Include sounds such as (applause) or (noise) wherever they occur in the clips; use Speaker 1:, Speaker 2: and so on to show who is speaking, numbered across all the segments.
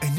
Speaker 1: En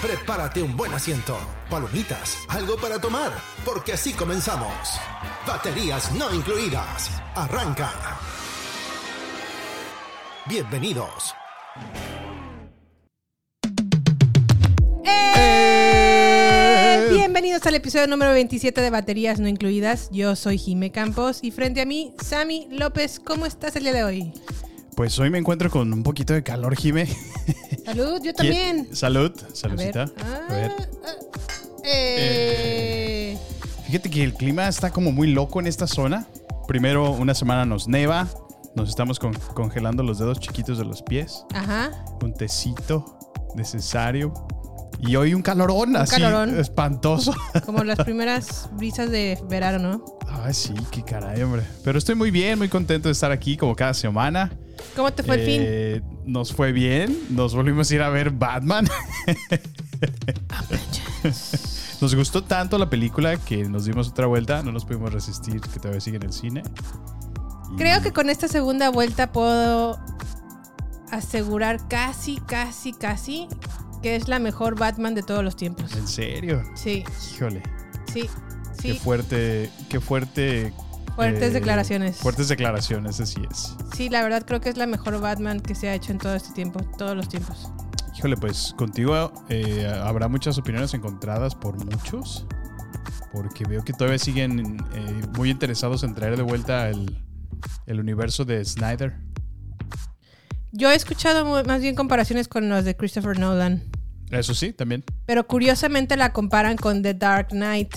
Speaker 1: Prepárate un buen asiento, palomitas, algo para tomar, porque así comenzamos. Baterías no incluidas. Arranca. Bienvenidos.
Speaker 2: ¡Eh! Bienvenidos al episodio número 27 de Baterías No Incluidas. Yo soy Jime Campos y frente a mí, Sammy López. ¿Cómo estás el día de hoy?
Speaker 3: Pues hoy me encuentro con un poquito de calor, Jime.
Speaker 2: Salud, yo (laughs) también.
Speaker 3: ¿Qué- (laughs) Salud,
Speaker 2: A ver.
Speaker 3: saludcita.
Speaker 2: Ah,
Speaker 3: A ver.
Speaker 2: ah, eh.
Speaker 3: Fíjate que el clima está como muy loco en esta zona. Primero, una semana nos neva, nos estamos con- congelando los dedos chiquitos de los pies,
Speaker 2: Ajá.
Speaker 3: un tecito necesario. Y hoy un calorón así
Speaker 2: calorón.
Speaker 3: espantoso. (laughs)
Speaker 2: Como las primeras brisas de verano, ¿no?
Speaker 3: Ah, sí, qué caray, hombre. Pero estoy muy bien, muy contento de estar aquí como cada semana.
Speaker 2: ¿Cómo te fue el fin?
Speaker 3: Eh, Nos fue bien, nos volvimos a ir a ver Batman. nos gustó tanto la película que nos dimos otra vuelta, no nos pudimos resistir, que todavía sigue en el cine. Y-
Speaker 2: Creo que con esta segunda vuelta puedo asegurar casi, casi, casi que es la mejor Batman de todos los tiempos.
Speaker 3: ¿En serio?
Speaker 2: Sí,
Speaker 3: Híjole,
Speaker 2: sí, sí.
Speaker 3: qué fuerte, qué fuerte...
Speaker 2: Fuertes
Speaker 3: eh,
Speaker 2: declaraciones.
Speaker 3: Fuertes declaraciones, así es.
Speaker 2: Sí, la verdad creo que es la mejor Batman que se ha hecho en todo este tiempo, todos los tiempos.
Speaker 3: Híjole, pues contigo eh, habrá muchas opiniones encontradas por muchos, porque veo que todavía siguen eh, muy interesados en traer de vuelta el, el universo de Snyder.
Speaker 2: Yo he escuchado mu- más bien comparaciones con los de Christopher Nolan,
Speaker 3: Eso sí, también.
Speaker 2: pero curiosamente la comparan con The Dark Knight,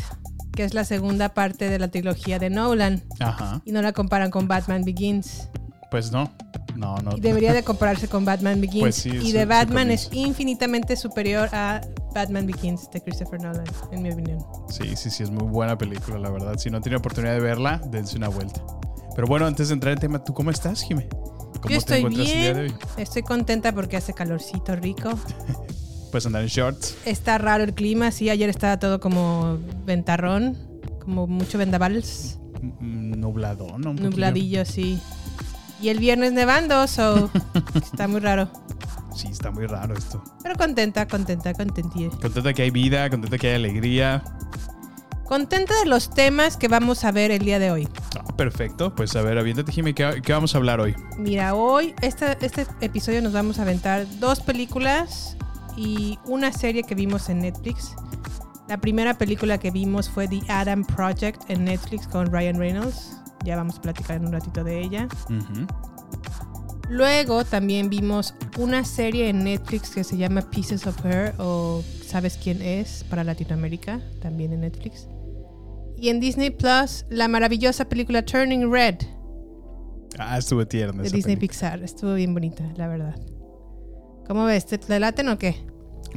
Speaker 2: que es la segunda parte de la trilogía de Nolan,
Speaker 3: Ajá.
Speaker 2: y no la comparan con Batman Begins.
Speaker 3: Pues no. No, no.
Speaker 2: Y debería de compararse con Batman Begins.
Speaker 3: Pues sí,
Speaker 2: y
Speaker 3: sí,
Speaker 2: The
Speaker 3: sí
Speaker 2: Batman es
Speaker 3: comienza.
Speaker 2: infinitamente superior a Batman Begins de Christopher Nolan, en mi opinión.
Speaker 3: Sí, sí, sí, es muy buena película, la verdad. Si no tiene oportunidad de verla, dense una vuelta. Pero bueno, antes de entrar en tema, ¿tú cómo estás, Jimé? ¿Cómo
Speaker 2: Yo estoy
Speaker 3: el día de
Speaker 2: bien,
Speaker 3: hoy?
Speaker 2: estoy contenta porque hace calorcito rico.
Speaker 3: Pues andar en shorts.
Speaker 2: Está raro el clima, sí, ayer estaba todo como ventarrón, como mucho vendavales,
Speaker 3: mm, Nubladón, ¿no? Un poquillo.
Speaker 2: nubladillo, sí. Y el viernes nevando, so está muy raro.
Speaker 3: Sí, está muy raro esto.
Speaker 2: Pero contenta, contenta, contentía.
Speaker 3: Contenta que hay vida, contenta que hay alegría.
Speaker 2: Contenta de los temas que vamos a ver el día de hoy.
Speaker 3: Ah, perfecto. Pues a ver, aviéntate, Jimmy, ¿qué, qué vamos a hablar hoy?
Speaker 2: Mira, hoy, esta- este episodio nos vamos a aventar dos películas y una serie que vimos en Netflix. La primera película que vimos fue The Adam Project en Netflix con Ryan Reynolds. Ya vamos a platicar en un ratito de ella. Luego también vimos una serie en Netflix que se llama Pieces of Her o Sabes quién es para Latinoamérica, también en Netflix. Y en Disney Plus, la maravillosa película Turning Red
Speaker 3: Ah, estuvo tierna.
Speaker 2: de
Speaker 3: esa
Speaker 2: Disney
Speaker 3: película.
Speaker 2: Pixar. Estuvo bien bonita, la verdad. ¿Cómo ves? ¿Te, te laten o qué?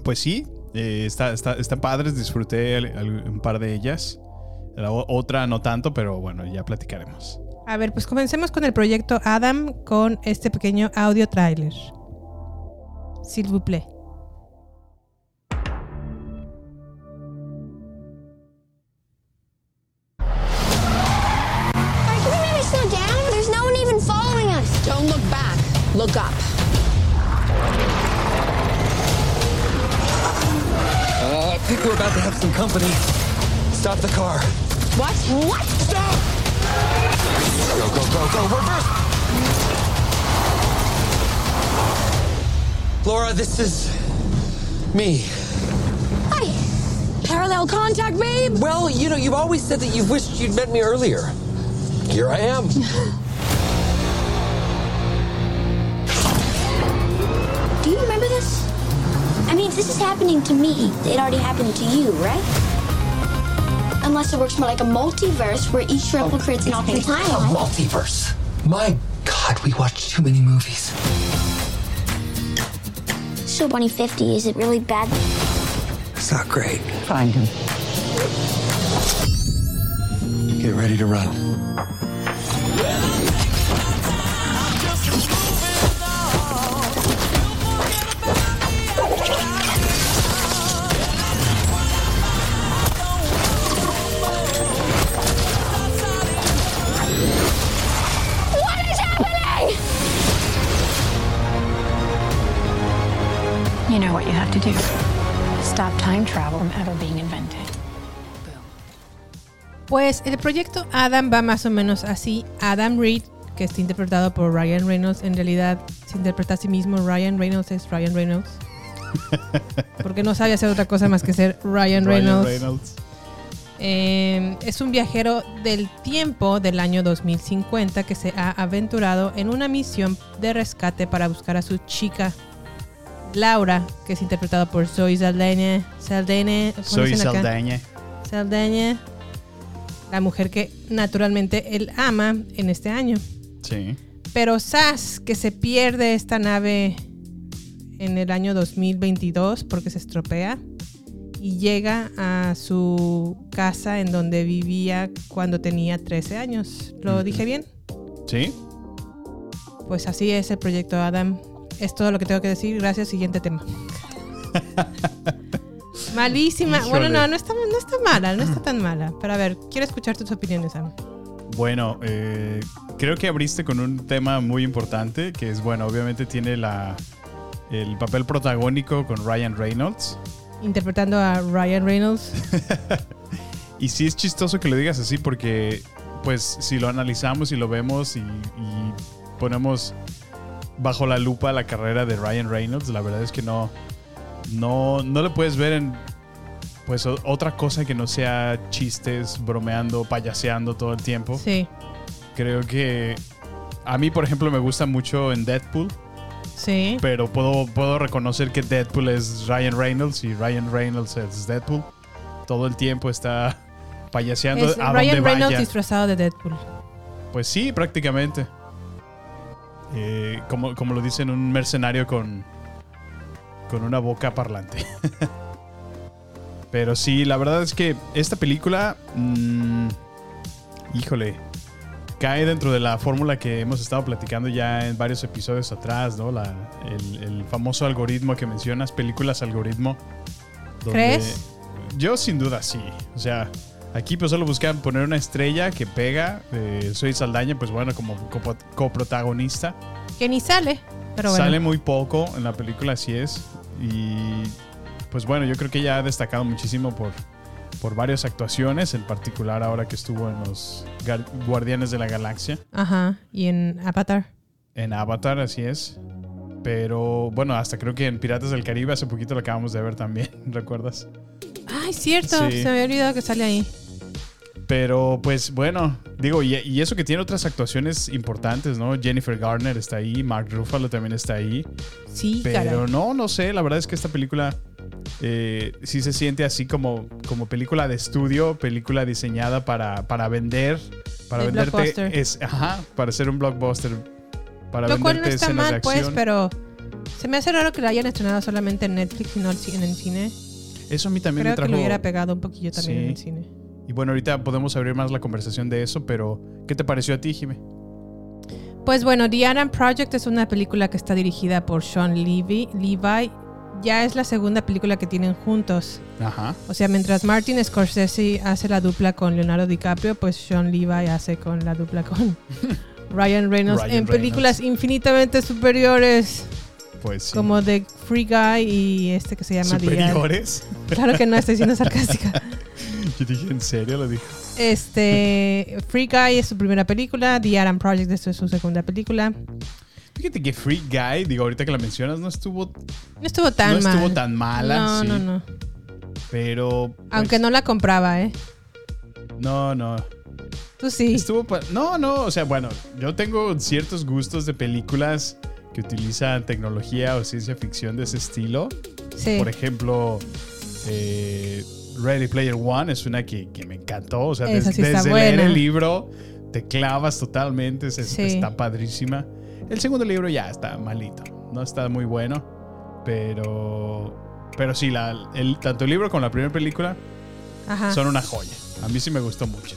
Speaker 3: Pues sí, eh, está, está, están padres. Disfruté al- al- un par de ellas. La o- otra no tanto, pero bueno, ya platicaremos.
Speaker 2: A ver, pues comencemos con el proyecto Adam con este pequeño audio trailer. S'il vous plaît.
Speaker 4: Are you going to slow down? There's no one even following us.
Speaker 5: Don't look back. Look up.
Speaker 6: I think we're about to have some company. Stop the car.
Speaker 5: What? What?
Speaker 6: Stop! Go, go, go, go, reverse! Laura, this is me.
Speaker 4: Hi. Parallel contact, babe.
Speaker 6: Well, you know, you've always said that you've wished you'd met me earlier. Here I am.
Speaker 4: Do you remember this? I mean, if this is happening to me, it already happened to you, right? Unless it works more like a multiverse where each replicates an alternate timeline.
Speaker 6: Multiverse. My God, we watch too many movies.
Speaker 4: So 2050, is it really bad?
Speaker 6: It's not great.
Speaker 7: Find him.
Speaker 6: Get ready to run.
Speaker 4: What is happening?
Speaker 8: You know what you have to do. Stop time travel from ever being invented.
Speaker 2: Pues el proyecto Adam va más o menos así. Adam Reed, que está interpretado por Ryan Reynolds, en realidad se interpreta a sí mismo. Ryan Reynolds es Ryan Reynolds. (laughs) Porque no sabe hacer otra cosa más que ser Ryan Reynolds. Eh, es un viajero del tiempo del año 2050 que se ha aventurado en una misión de rescate para buscar a su chica Laura, que es interpretada por Zoe Saldaña. Saldaña ¿cómo
Speaker 3: Soy
Speaker 2: dicen acá?
Speaker 3: Saldaña.
Speaker 2: Saldaña, la mujer que naturalmente él ama en este año.
Speaker 3: Sí.
Speaker 2: Pero Sas, que se pierde esta nave en el año 2022 porque se estropea y llega a su casa en donde vivía cuando tenía 13 años. ¿Lo dije bien?
Speaker 3: ¿Sí?
Speaker 2: Pues así es el proyecto Adam. Es todo lo que tengo que decir. Gracias. Siguiente
Speaker 3: (laughs)
Speaker 2: tema. Malísima. Bueno,
Speaker 3: Híjole.
Speaker 2: no, no está, no está mala, no está tan mala. Pero a ver, quiero escuchar tus opiniones, Sam.
Speaker 3: Bueno, eh, creo que abriste con un tema muy importante, que es, bueno, obviamente tiene la, el papel protagónico con Ryan Reynolds.
Speaker 2: Interpretando a Ryan Reynolds.
Speaker 3: Y sí es chistoso que lo digas así porque, pues, si lo analizamos y lo vemos y, y ponemos bajo la lupa la carrera de Ryan Reynolds, la verdad es que no, no, no le puedes ver en, pues, o- otra cosa que no sea chistes, bromeando, payaseando todo el tiempo.
Speaker 2: Sí,
Speaker 3: Creo que a mí, por ejemplo, me gusta mucho en Deadpool,
Speaker 2: sí.
Speaker 3: pero puedo, puedo reconocer que Deadpool es Ryan Reynolds y Ryan Reynolds es Deadpool. Todo el tiempo está payaseando
Speaker 2: Es
Speaker 3: a donde
Speaker 2: Ryan Reynolds
Speaker 3: vaya.
Speaker 2: disfrazado de Deadpool.
Speaker 3: Pues sí, prácticamente. Eh, como, como lo dicen, un mercenario con, con una boca parlante. (laughs) Pero sí, la verdad es que esta película, mm, híjole, cae dentro de la fórmula que hemos estado platicando ya en varios episodios atrás, ¿no? La- el, el famoso algoritmo que mencionas, películas algoritmo. donde-
Speaker 2: ¿Crees?
Speaker 3: Yo sin duda sí. O sea, aquí pues solo buscan poner una estrella que pega. eh, soy Saldaña, pues bueno, como copo- coprotagonista.
Speaker 2: Que ni sale, pero bueno.
Speaker 3: Sale muy poco en la película, así es. Y pues bueno, yo creo que ya ha destacado muchísimo por, por varias actuaciones, en particular ahora que estuvo en los Gar- Guardianes de la Galaxia,
Speaker 2: Ajá. Y en Avatar.
Speaker 3: en Avatar, así es. Pero bueno, hasta creo que en Piratas del Caribe hace poquito lo acabamos de ver también, (laughs) ¿recuerdas?
Speaker 2: Ay, cierto.
Speaker 3: Sí.
Speaker 2: Se me había olvidado que sale ahí.
Speaker 3: Pero pues bueno, digo, y, y eso que tiene otras actuaciones importantes, ¿no? Jennifer Garner está ahí, Mark Ruffalo también está ahí.
Speaker 2: Sí,
Speaker 3: Pero
Speaker 2: caray.
Speaker 3: no, no sé, la verdad es que esta película eh, sí se siente así como, como película de estudio, película diseñada para, para vender, para
Speaker 2: De blockbuster.
Speaker 3: venderte es, ajá, para ser un blockbuster, para
Speaker 2: Lo cual no
Speaker 3: venderte
Speaker 2: está
Speaker 3: escenas de
Speaker 2: mal, pues,
Speaker 3: acción.
Speaker 2: pero se me hace raro que la hayan estrenado solamente en Netflix y no en el cine.
Speaker 3: Eso a mí también
Speaker 2: Creo
Speaker 3: me trajo.
Speaker 2: que lo hubiera pegado un poquillo también
Speaker 3: Sí.
Speaker 2: en el cine.
Speaker 3: Y bueno, ahorita podemos abrir más la conversación de eso, pero ¿qué te pareció a ti, Jimé?
Speaker 2: Pues bueno, The Adam Project es una película que está dirigida por Sean Levy. Levi ya es la segunda película que tienen juntos.
Speaker 3: Ajá.
Speaker 2: O sea, mientras Martin Scorsese hace la dupla con Leonardo DiCaprio, pues Sean Levi hace con la dupla
Speaker 3: (laughs)
Speaker 2: con Ryan Reynolds
Speaker 3: Ryan
Speaker 2: en películas infinitamente superiores,
Speaker 3: Pues sí.
Speaker 2: como The Free Guy y este que se llama The Ad.
Speaker 3: superiores.
Speaker 2: (laughs)
Speaker 3: (laughs)
Speaker 2: Claro que no estoy siendo sarcástica.
Speaker 3: Yo dije, ¿en serio lo dije?
Speaker 2: Este, Free Guy es su primera película, The Adam Project es su segunda película.
Speaker 3: Fíjate que Free Guy, digo, ahorita que la mencionas, no estuvo
Speaker 2: No estuvo tan
Speaker 3: no
Speaker 2: mal.
Speaker 3: estuvo tan mala,
Speaker 2: No,
Speaker 3: sí.
Speaker 2: no, no.
Speaker 3: Pero. pues,
Speaker 2: Aunque no la compraba, ¿eh?
Speaker 3: No, no.
Speaker 2: Tú sí.
Speaker 3: Estuvo pa- No, no, o sea, bueno, yo tengo ciertos gustos de películas que utilizan tecnología o ciencia ficción de ese estilo.
Speaker 2: Sí.
Speaker 3: Por ejemplo, eh, Ready Player One es una que, que me encantó. O sea, des-
Speaker 2: Esa sí está
Speaker 3: desde leer
Speaker 2: buena.
Speaker 3: el libro te clavas totalmente, es- es-
Speaker 2: Sí.
Speaker 3: está padrísima. El segundo libro ya está malito, no está muy bueno, pero, pero sí, la, el, tanto el libro como la primera película
Speaker 2: Ajá.
Speaker 3: son una joya. A mí sí me gustó mucho.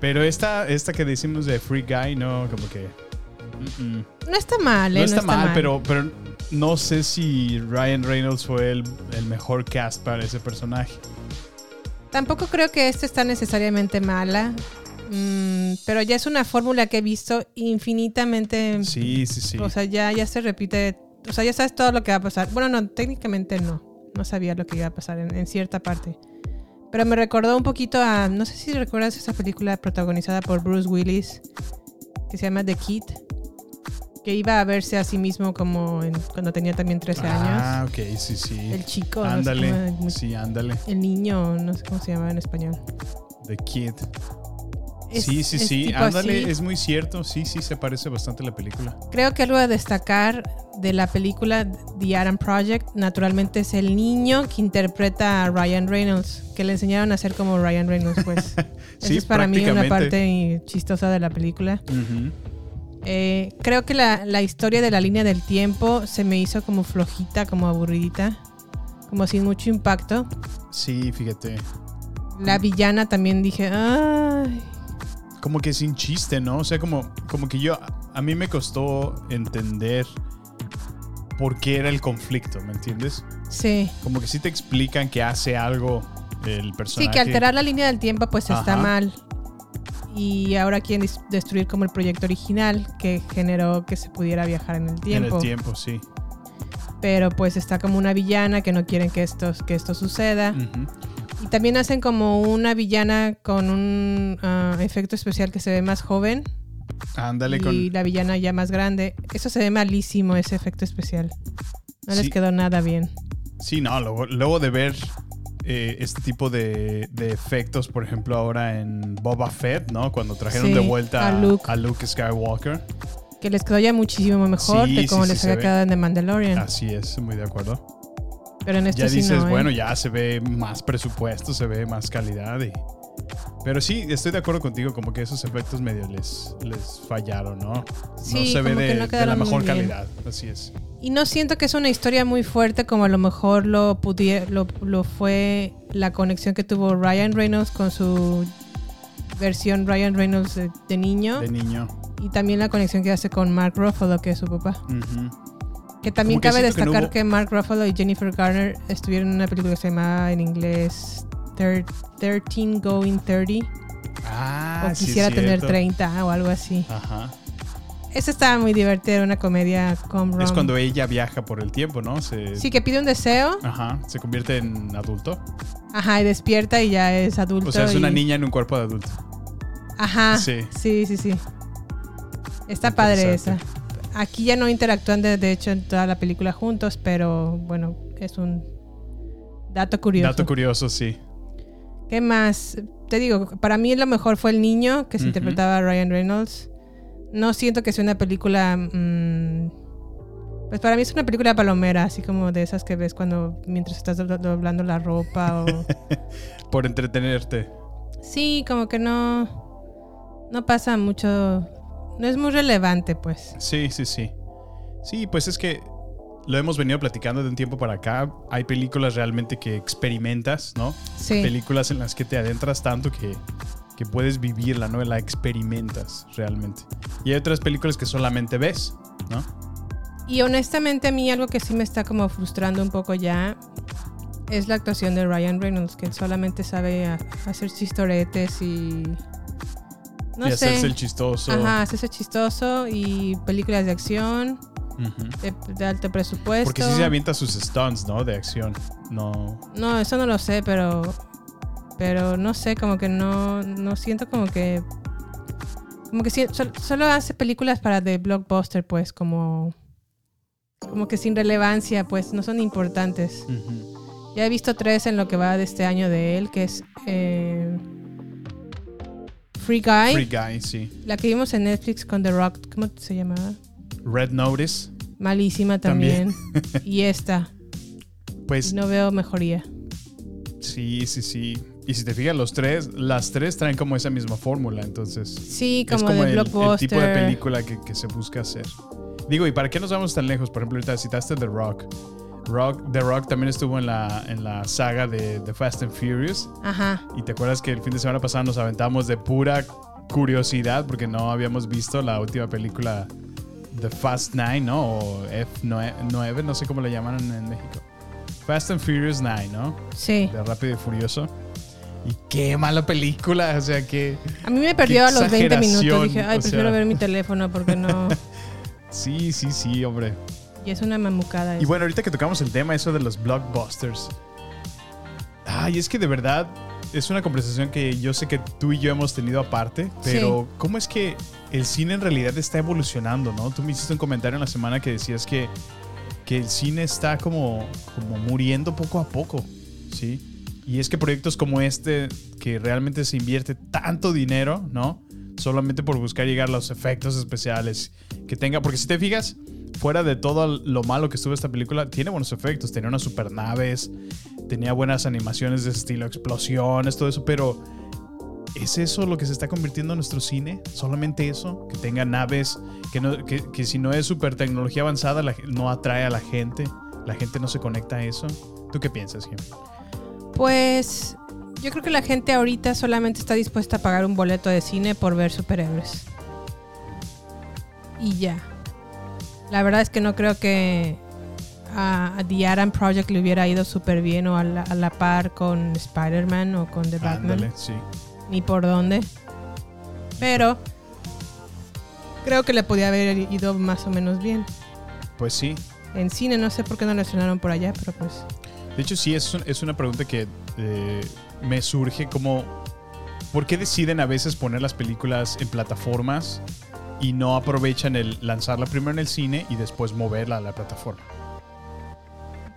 Speaker 3: Pero esta, esta que decimos de Free Guy, no, como que. mm, mm.
Speaker 2: No está mal, ¿eh?
Speaker 3: no, está mal, Pero, pero no sé si Ryan Reynolds fue el, el mejor cast para ese personaje.
Speaker 2: Tampoco creo que esta está necesariamente mala. mm, pero ya es una fórmula que he visto infinitamente.
Speaker 3: Sí, sí, sí.
Speaker 2: Mm. O sea, ya, ya se repite. O sea, ya sabes todo lo que va a pasar. Bueno, no, técnicamente no. No sabía lo que iba a pasar en, en cierta parte. Pero me recordó un poquito a. No sé si recuerdas esa película protagonizada por Bruce Willis. Que se llama The Kid. Que iba a verse a sí mismo como en- cuando tenía también 13
Speaker 3: ah,
Speaker 2: años.
Speaker 3: ok, sí, sí.
Speaker 2: El chico. no sé
Speaker 3: Ándale.
Speaker 2: cómo-
Speaker 3: sí, ándale.
Speaker 2: El niño, no sé cómo se llama en español.
Speaker 3: The Kid.
Speaker 2: Es-
Speaker 3: sí, sí,
Speaker 2: es
Speaker 3: sí.
Speaker 2: tipo
Speaker 3: Ándale,
Speaker 2: así.
Speaker 3: es muy cierto. Sí, sí, se parece bastante a la película.
Speaker 2: Creo que algo a destacar de la película The Adam Project, naturalmente, es el niño que interpreta a Ryan Reynolds, que le enseñaron a ser como Ryan Reynolds,
Speaker 3: (laughs)
Speaker 2: pues.
Speaker 3: Sí,
Speaker 2: Esa es para mí una
Speaker 3: prácticamente.
Speaker 2: parte chistosa de la película.
Speaker 3: Ujú.
Speaker 2: Eh, creo que la, la historia de la línea del tiempo se me hizo como flojita, como aburridita, como sin mucho impacto.
Speaker 3: Sí, fíjate.
Speaker 2: La villana también dije, ay,
Speaker 3: como que sin chiste, ¿no? O sea, como, como que yo, a mí me costó entender por qué era el conflicto, ¿me entiendes?
Speaker 2: sí.
Speaker 3: Como que sí te explican que hace algo el personaje.
Speaker 2: Sí, que alterar la línea del tiempo pues está
Speaker 3: Ajá.
Speaker 2: mal. Y ahora quieren dis- destruir como el proyecto original que generó que se pudiera viajar en el
Speaker 3: en
Speaker 2: tiempo.
Speaker 3: el tiempo, sí.
Speaker 2: Pero pues está como una villana que no quieren que esto, que esto suceda.
Speaker 3: Ujú.
Speaker 2: Y también hacen como una villana con un ah, efecto especial que se ve más joven
Speaker 3: Ándale
Speaker 2: y
Speaker 3: con.
Speaker 2: la villana ya más grande. Eso se ve malísimo, ese efecto especial. No
Speaker 3: Sí.
Speaker 2: les quedó nada bien.
Speaker 3: Sí, no, luego, luego de ver eh, este tipo de, de efectos, por ejemplo, ahora en Boba Fett, ¿no? Cuando trajeron
Speaker 2: Sí,
Speaker 3: de vuelta
Speaker 2: a Luke.
Speaker 3: a Luke Skywalker.
Speaker 2: Que les quedó ya muchísimo mejor
Speaker 3: Sí,
Speaker 2: de
Speaker 3: sí,
Speaker 2: como
Speaker 3: sí,
Speaker 2: les
Speaker 3: se
Speaker 2: había
Speaker 3: ve.
Speaker 2: quedado en The Mandalorian.
Speaker 3: Así es, muy de acuerdo.
Speaker 2: Pero en este
Speaker 3: ya
Speaker 2: sí
Speaker 3: dices,
Speaker 2: no, ¿eh?
Speaker 3: bueno, ya se ve más presupuesto, se ve más calidad. y- Pero sí, estoy de acuerdo contigo, como que esos efectos medio les, les fallaron, ¿no? no
Speaker 2: Sí,
Speaker 3: se ve
Speaker 2: como
Speaker 3: de,
Speaker 2: que no
Speaker 3: de la
Speaker 2: quedaron muy
Speaker 3: mejor
Speaker 2: bien.
Speaker 3: calidad, así es.
Speaker 2: Y no siento que es una historia muy fuerte como a lo mejor lo, pudie- lo, lo fue la conexión que tuvo Ryan Reynolds con su versión Ryan Reynolds de, de niño
Speaker 3: De niño.
Speaker 2: y también la conexión que hace con Mark Ruffalo, que es su papá.
Speaker 3: Ujú.
Speaker 2: Que también
Speaker 3: Como que
Speaker 2: cabe
Speaker 3: siento que no
Speaker 2: destacar
Speaker 3: hubo-
Speaker 2: que, Mark Ruffalo y Jennifer Garner estuvieron en una película que se llama en inglés Thir- 13 Going 30
Speaker 3: Ah,
Speaker 2: o
Speaker 3: sí es
Speaker 2: Quisiera tener
Speaker 3: cierto.
Speaker 2: 30 o algo así.
Speaker 3: Ajá.
Speaker 2: Esa estaba muy divertida, era una comedia con
Speaker 3: Es cuando ella viaja por el tiempo, ¿no? Se,
Speaker 2: Sí, que pide un deseo.
Speaker 3: Ajá, se convierte en adulto.
Speaker 2: Ajá, y despierta y ya es adulto.
Speaker 3: O sea, es una
Speaker 2: y-
Speaker 3: niña en un cuerpo de adulto.
Speaker 2: Ajá.
Speaker 3: Sí.
Speaker 2: Sí, sí, sí. Está padre esa.
Speaker 3: Interesante.
Speaker 2: Aquí ya no interactúan, de, de hecho, en toda la película juntos, pero bueno, es un dato curioso.
Speaker 3: Dato curioso, sí.
Speaker 2: ¿Qué más? Te digo, para mí lo mejor fue el niño que se
Speaker 3: Ujú.
Speaker 2: interpretaba a Ryan Reynolds. No siento que sea una película. mm, pues para mí es una película palomera, así como de esas que ves cuando mientras estás dobla- doblando la ropa o.
Speaker 3: Por entretenerte.
Speaker 2: Sí, como que no. No pasa mucho. No es muy relevante, pues.
Speaker 3: Sí, sí, sí. Sí, pues es que lo hemos venido platicando de un tiempo para acá. Hay películas realmente que experimentas, ¿no?
Speaker 2: Sí.
Speaker 3: Películas en las que te adentras tanto que, que puedes vivirla, ¿no? La experimentas realmente. Y hay otras películas que solamente ves, ¿no?
Speaker 2: Y honestamente, a mí algo que sí me está como frustrando un poco ya es la actuación de Ryan Reynolds, que solamente sabe a- hacer chistoretes y. No
Speaker 3: y
Speaker 2: sé.
Speaker 3: hacerse el chistoso.
Speaker 2: Ajá, hacerse chistoso y películas de acción
Speaker 3: Ujú.
Speaker 2: de, de alto presupuesto.
Speaker 3: Porque sí se avienta sus stunts, ¿no? De acción. No.
Speaker 2: No, eso no lo sé, pero. Pero no sé, como que no. No siento como que. Como que si- sol- solo hace películas para de blockbuster, pues, como. Como que sin relevancia, pues, no son importantes.
Speaker 3: Ujú.
Speaker 2: Ya he visto tres en lo que va de este año de él, que es. eh, Free Guy,
Speaker 3: Free Guy, sí.
Speaker 2: la que vimos en Netflix con The Rock, ¿cómo se llamaba?
Speaker 3: Red Notice.
Speaker 2: Malísima también.
Speaker 3: También. (laughs)
Speaker 2: y esta,
Speaker 3: Pues
Speaker 2: no veo mejoría.
Speaker 3: sí, sí, sí. Y si te fijas, los tres, las tres traen como esa misma fórmula, entonces.
Speaker 2: Sí,
Speaker 3: es
Speaker 2: como,
Speaker 3: como
Speaker 2: de
Speaker 3: el, el
Speaker 2: blockbuster.
Speaker 3: tipo de película que, que se busca hacer. Digo, ¿y para qué nos vamos tan lejos? Por ejemplo, ahorita citaste The Rock. Rock The Rock también estuvo en la, en la saga de, de Fast and Furious.
Speaker 2: Ajá.
Speaker 3: Y te acuerdas que el fin de semana pasado nos aventamos de pura curiosidad porque no habíamos visto la última película The Fast Nine, ¿no? O F9, no sé cómo le llaman en México. Fast and Furious 9, ¿no?
Speaker 2: Sí.
Speaker 3: De Rápido y Furioso. Y qué mala película, o sea que...
Speaker 2: A mí me perdió
Speaker 3: Qué
Speaker 2: a los 20 minutos.
Speaker 3: exageración,
Speaker 2: Dije, ay,
Speaker 3: o
Speaker 2: prefiero
Speaker 3: sea.
Speaker 2: ver mi teléfono porque no. (laughs)
Speaker 3: Sí, sí, sí, hombre.
Speaker 2: y es una mamucada.
Speaker 3: Y
Speaker 2: eso.
Speaker 3: bueno, ahorita que tocamos el tema, eso de los blockbusters. Ay, es que de verdad es una conversación que yo sé que tú y yo hemos tenido aparte, pero ¿cómo es que el cine en realidad está evolucionando, no? Tú me hiciste un comentario en la semana que decías que, que el cine está como, como muriendo poco a poco, ¿sí? Y es que proyectos como este, que realmente se invierte tanto dinero, ¿no? Solamente por buscar llegar a los efectos especiales que tenga, porque si te fijas, fuera de todo lo malo que estuvo esta película, tiene buenos efectos. Tenía unas supernaves, tenía buenas animaciones de estilo explosiones, todo eso, pero ¿es eso lo que se está convirtiendo en nuestro cine? ¿Solamente eso? Que tenga naves, que, no- que- que si no es super tecnología avanzada, la gen- no atrae a la gente, la gente no se conecta a eso. ¿Tú qué piensas, Jim?
Speaker 2: Pues yo creo que la gente ahorita solamente está dispuesta a pagar un boleto de cine por ver superhéroes. Y ya. La verdad es que no creo que a, a The Adam Project le hubiera ido súper bien o a la, a la par con Spider-Man o con The Batman.
Speaker 3: Ándale, sí.
Speaker 2: Ni por dónde. Pero creo que le podía haber ido más o menos bien.
Speaker 3: Pues sí,
Speaker 2: En cine no sé por qué no lo estrenaron por allá, pero pues...
Speaker 3: De hecho, sí, es, un- es una pregunta que eh, me surge como, ¿por qué deciden a veces poner las películas en plataformas y no aprovechan el lanzarla primero en el cine y después moverla a la plataforma?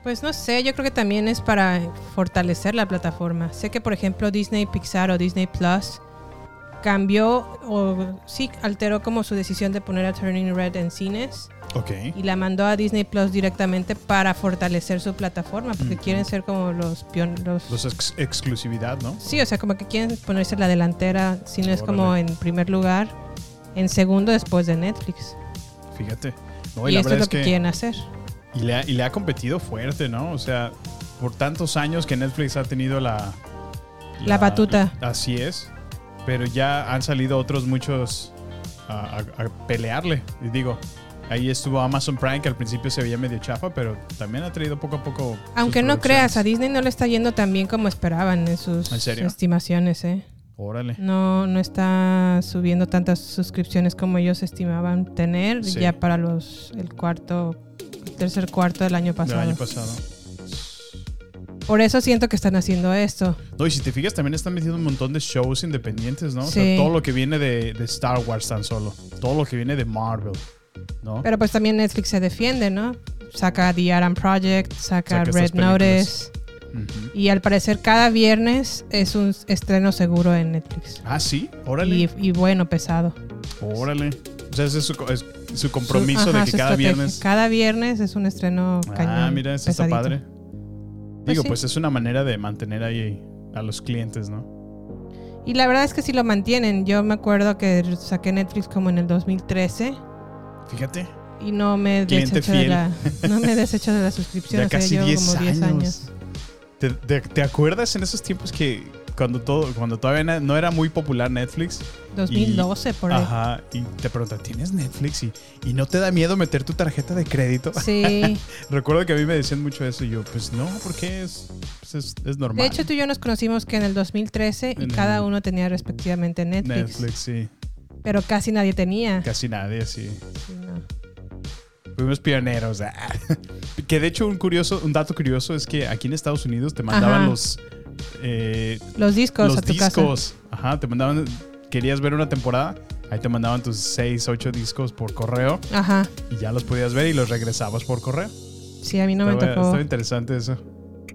Speaker 2: Pues no sé, yo creo que también es para fortalecer la plataforma. Sé que por ejemplo Disney Pixar o Disney Plus cambió o sí alteró como su decisión de poner a Turning Red en cines
Speaker 3: Ok.
Speaker 2: y la mandó a Disney Plus directamente para fortalecer su plataforma porque quieren ser como los pioneros.
Speaker 3: Los Pues ex- exclusividad, ¿no?
Speaker 2: Sí, o sea, como que quieren ponerse la delantera, si no es como
Speaker 3: Órale.
Speaker 2: en primer lugar, en segundo después de Netflix.
Speaker 3: Fíjate. No,
Speaker 2: Y,
Speaker 3: la
Speaker 2: esto es
Speaker 3: verdad
Speaker 2: lo que, quieren hacer.
Speaker 3: Y le, ha, y le ha competido fuerte, ¿no? O sea, por tantos años que Netflix ha tenido la...
Speaker 2: La batuta.
Speaker 3: así es. Pero ya han salido otros muchos a, a- a pelearle. Y digo, ahí estuvo Amazon Prime, que al principio se veía medio chafa, pero también ha traído poco a poco... sus
Speaker 2: Aunque no
Speaker 3: producciones.
Speaker 2: creas, a Disney no le está yendo tan bien como esperaban en sus
Speaker 3: ¿En serio?
Speaker 2: estimaciones, ¿eh?
Speaker 3: Órale.
Speaker 2: No, no está subiendo tantas suscripciones como ellos estimaban tener
Speaker 3: Sí.
Speaker 2: ya para los el cuarto, el tercer cuarto del año
Speaker 3: Del
Speaker 2: pasado.
Speaker 3: año pasado.
Speaker 2: Por eso siento que están haciendo esto.
Speaker 3: No, y si te fijas, también están metiendo un montón de shows independientes, ¿no? O
Speaker 2: Sí.
Speaker 3: sea, todo lo que viene de, de Star Wars tan solo. Todo lo que viene de Marvel, ¿no?
Speaker 2: Pero pues también Netflix se defiende, ¿no? Saca The Adam Project, saca,
Speaker 3: Saca estas
Speaker 2: Red Notice.
Speaker 3: películas. Ujú.
Speaker 2: Y al parecer cada viernes es un estreno seguro en Netflix.
Speaker 3: Ah, sí, órale.
Speaker 2: Y, y bueno, pesado.
Speaker 3: Órale. O sea, ese es su, es su compromiso
Speaker 2: Su- ajá,
Speaker 3: de que
Speaker 2: su
Speaker 3: cada
Speaker 2: estrategia.
Speaker 3: viernes.
Speaker 2: Cada viernes es un estreno cañón.
Speaker 3: ah, mira, eso está
Speaker 2: pesadito.
Speaker 3: padre. Digo,
Speaker 2: sí.
Speaker 3: pues es una manera de mantener ahí a los clientes, ¿no?
Speaker 2: Y la verdad es que sí lo mantienen. Yo me acuerdo que saqué Netflix como en el 2013
Speaker 3: Fíjate,
Speaker 2: y no me he
Speaker 3: Cliente
Speaker 2: deshecho de
Speaker 3: fiel.
Speaker 2: la, no me he deshecho
Speaker 3: (laughs)
Speaker 2: de la suscripción.
Speaker 3: ya
Speaker 2: o sea,
Speaker 3: casi
Speaker 2: llevo
Speaker 3: 10
Speaker 2: como 10
Speaker 3: años.
Speaker 2: años.
Speaker 3: (laughs) ¿Te, te, te acuerdas en esos tiempos que cuando, todo, cuando todavía na- no era muy popular Netflix?
Speaker 2: 2012 por ahí.
Speaker 3: Ajá, y te preguntan, ¿tienes Netflix? Y, y no te da miedo meter tu tarjeta de crédito.
Speaker 2: Sí.
Speaker 3: (laughs) Recuerdo que a mí me decían mucho eso y yo, pues no, porque es, pues, es, es normal.
Speaker 2: De hecho, tú y yo nos conocimos que en el 2013 y
Speaker 3: En
Speaker 2: cada
Speaker 3: el-
Speaker 2: uno tenía respectivamente Netflix,
Speaker 3: Netflix, sí.
Speaker 2: pero casi nadie tenía.
Speaker 3: Casi nadie, sí.
Speaker 2: Sí, no.
Speaker 3: Fuimos pioneros. ah. (laughs) Que de hecho un curioso, un dato curioso es que aquí en Estados Unidos te mandaban
Speaker 2: Ajá.
Speaker 3: los eh,
Speaker 2: Los discos a
Speaker 3: los
Speaker 2: tu casa.
Speaker 3: discos. Ajá, te mandaban. Querías ver una temporada, ahí te mandaban tus 6, 8 discos por correo
Speaker 2: Ajá.
Speaker 3: y ya los podías ver y los regresabas por correo.
Speaker 2: Sí, a mí no me
Speaker 3: estaba,
Speaker 2: tocó.
Speaker 3: estaba interesante eso.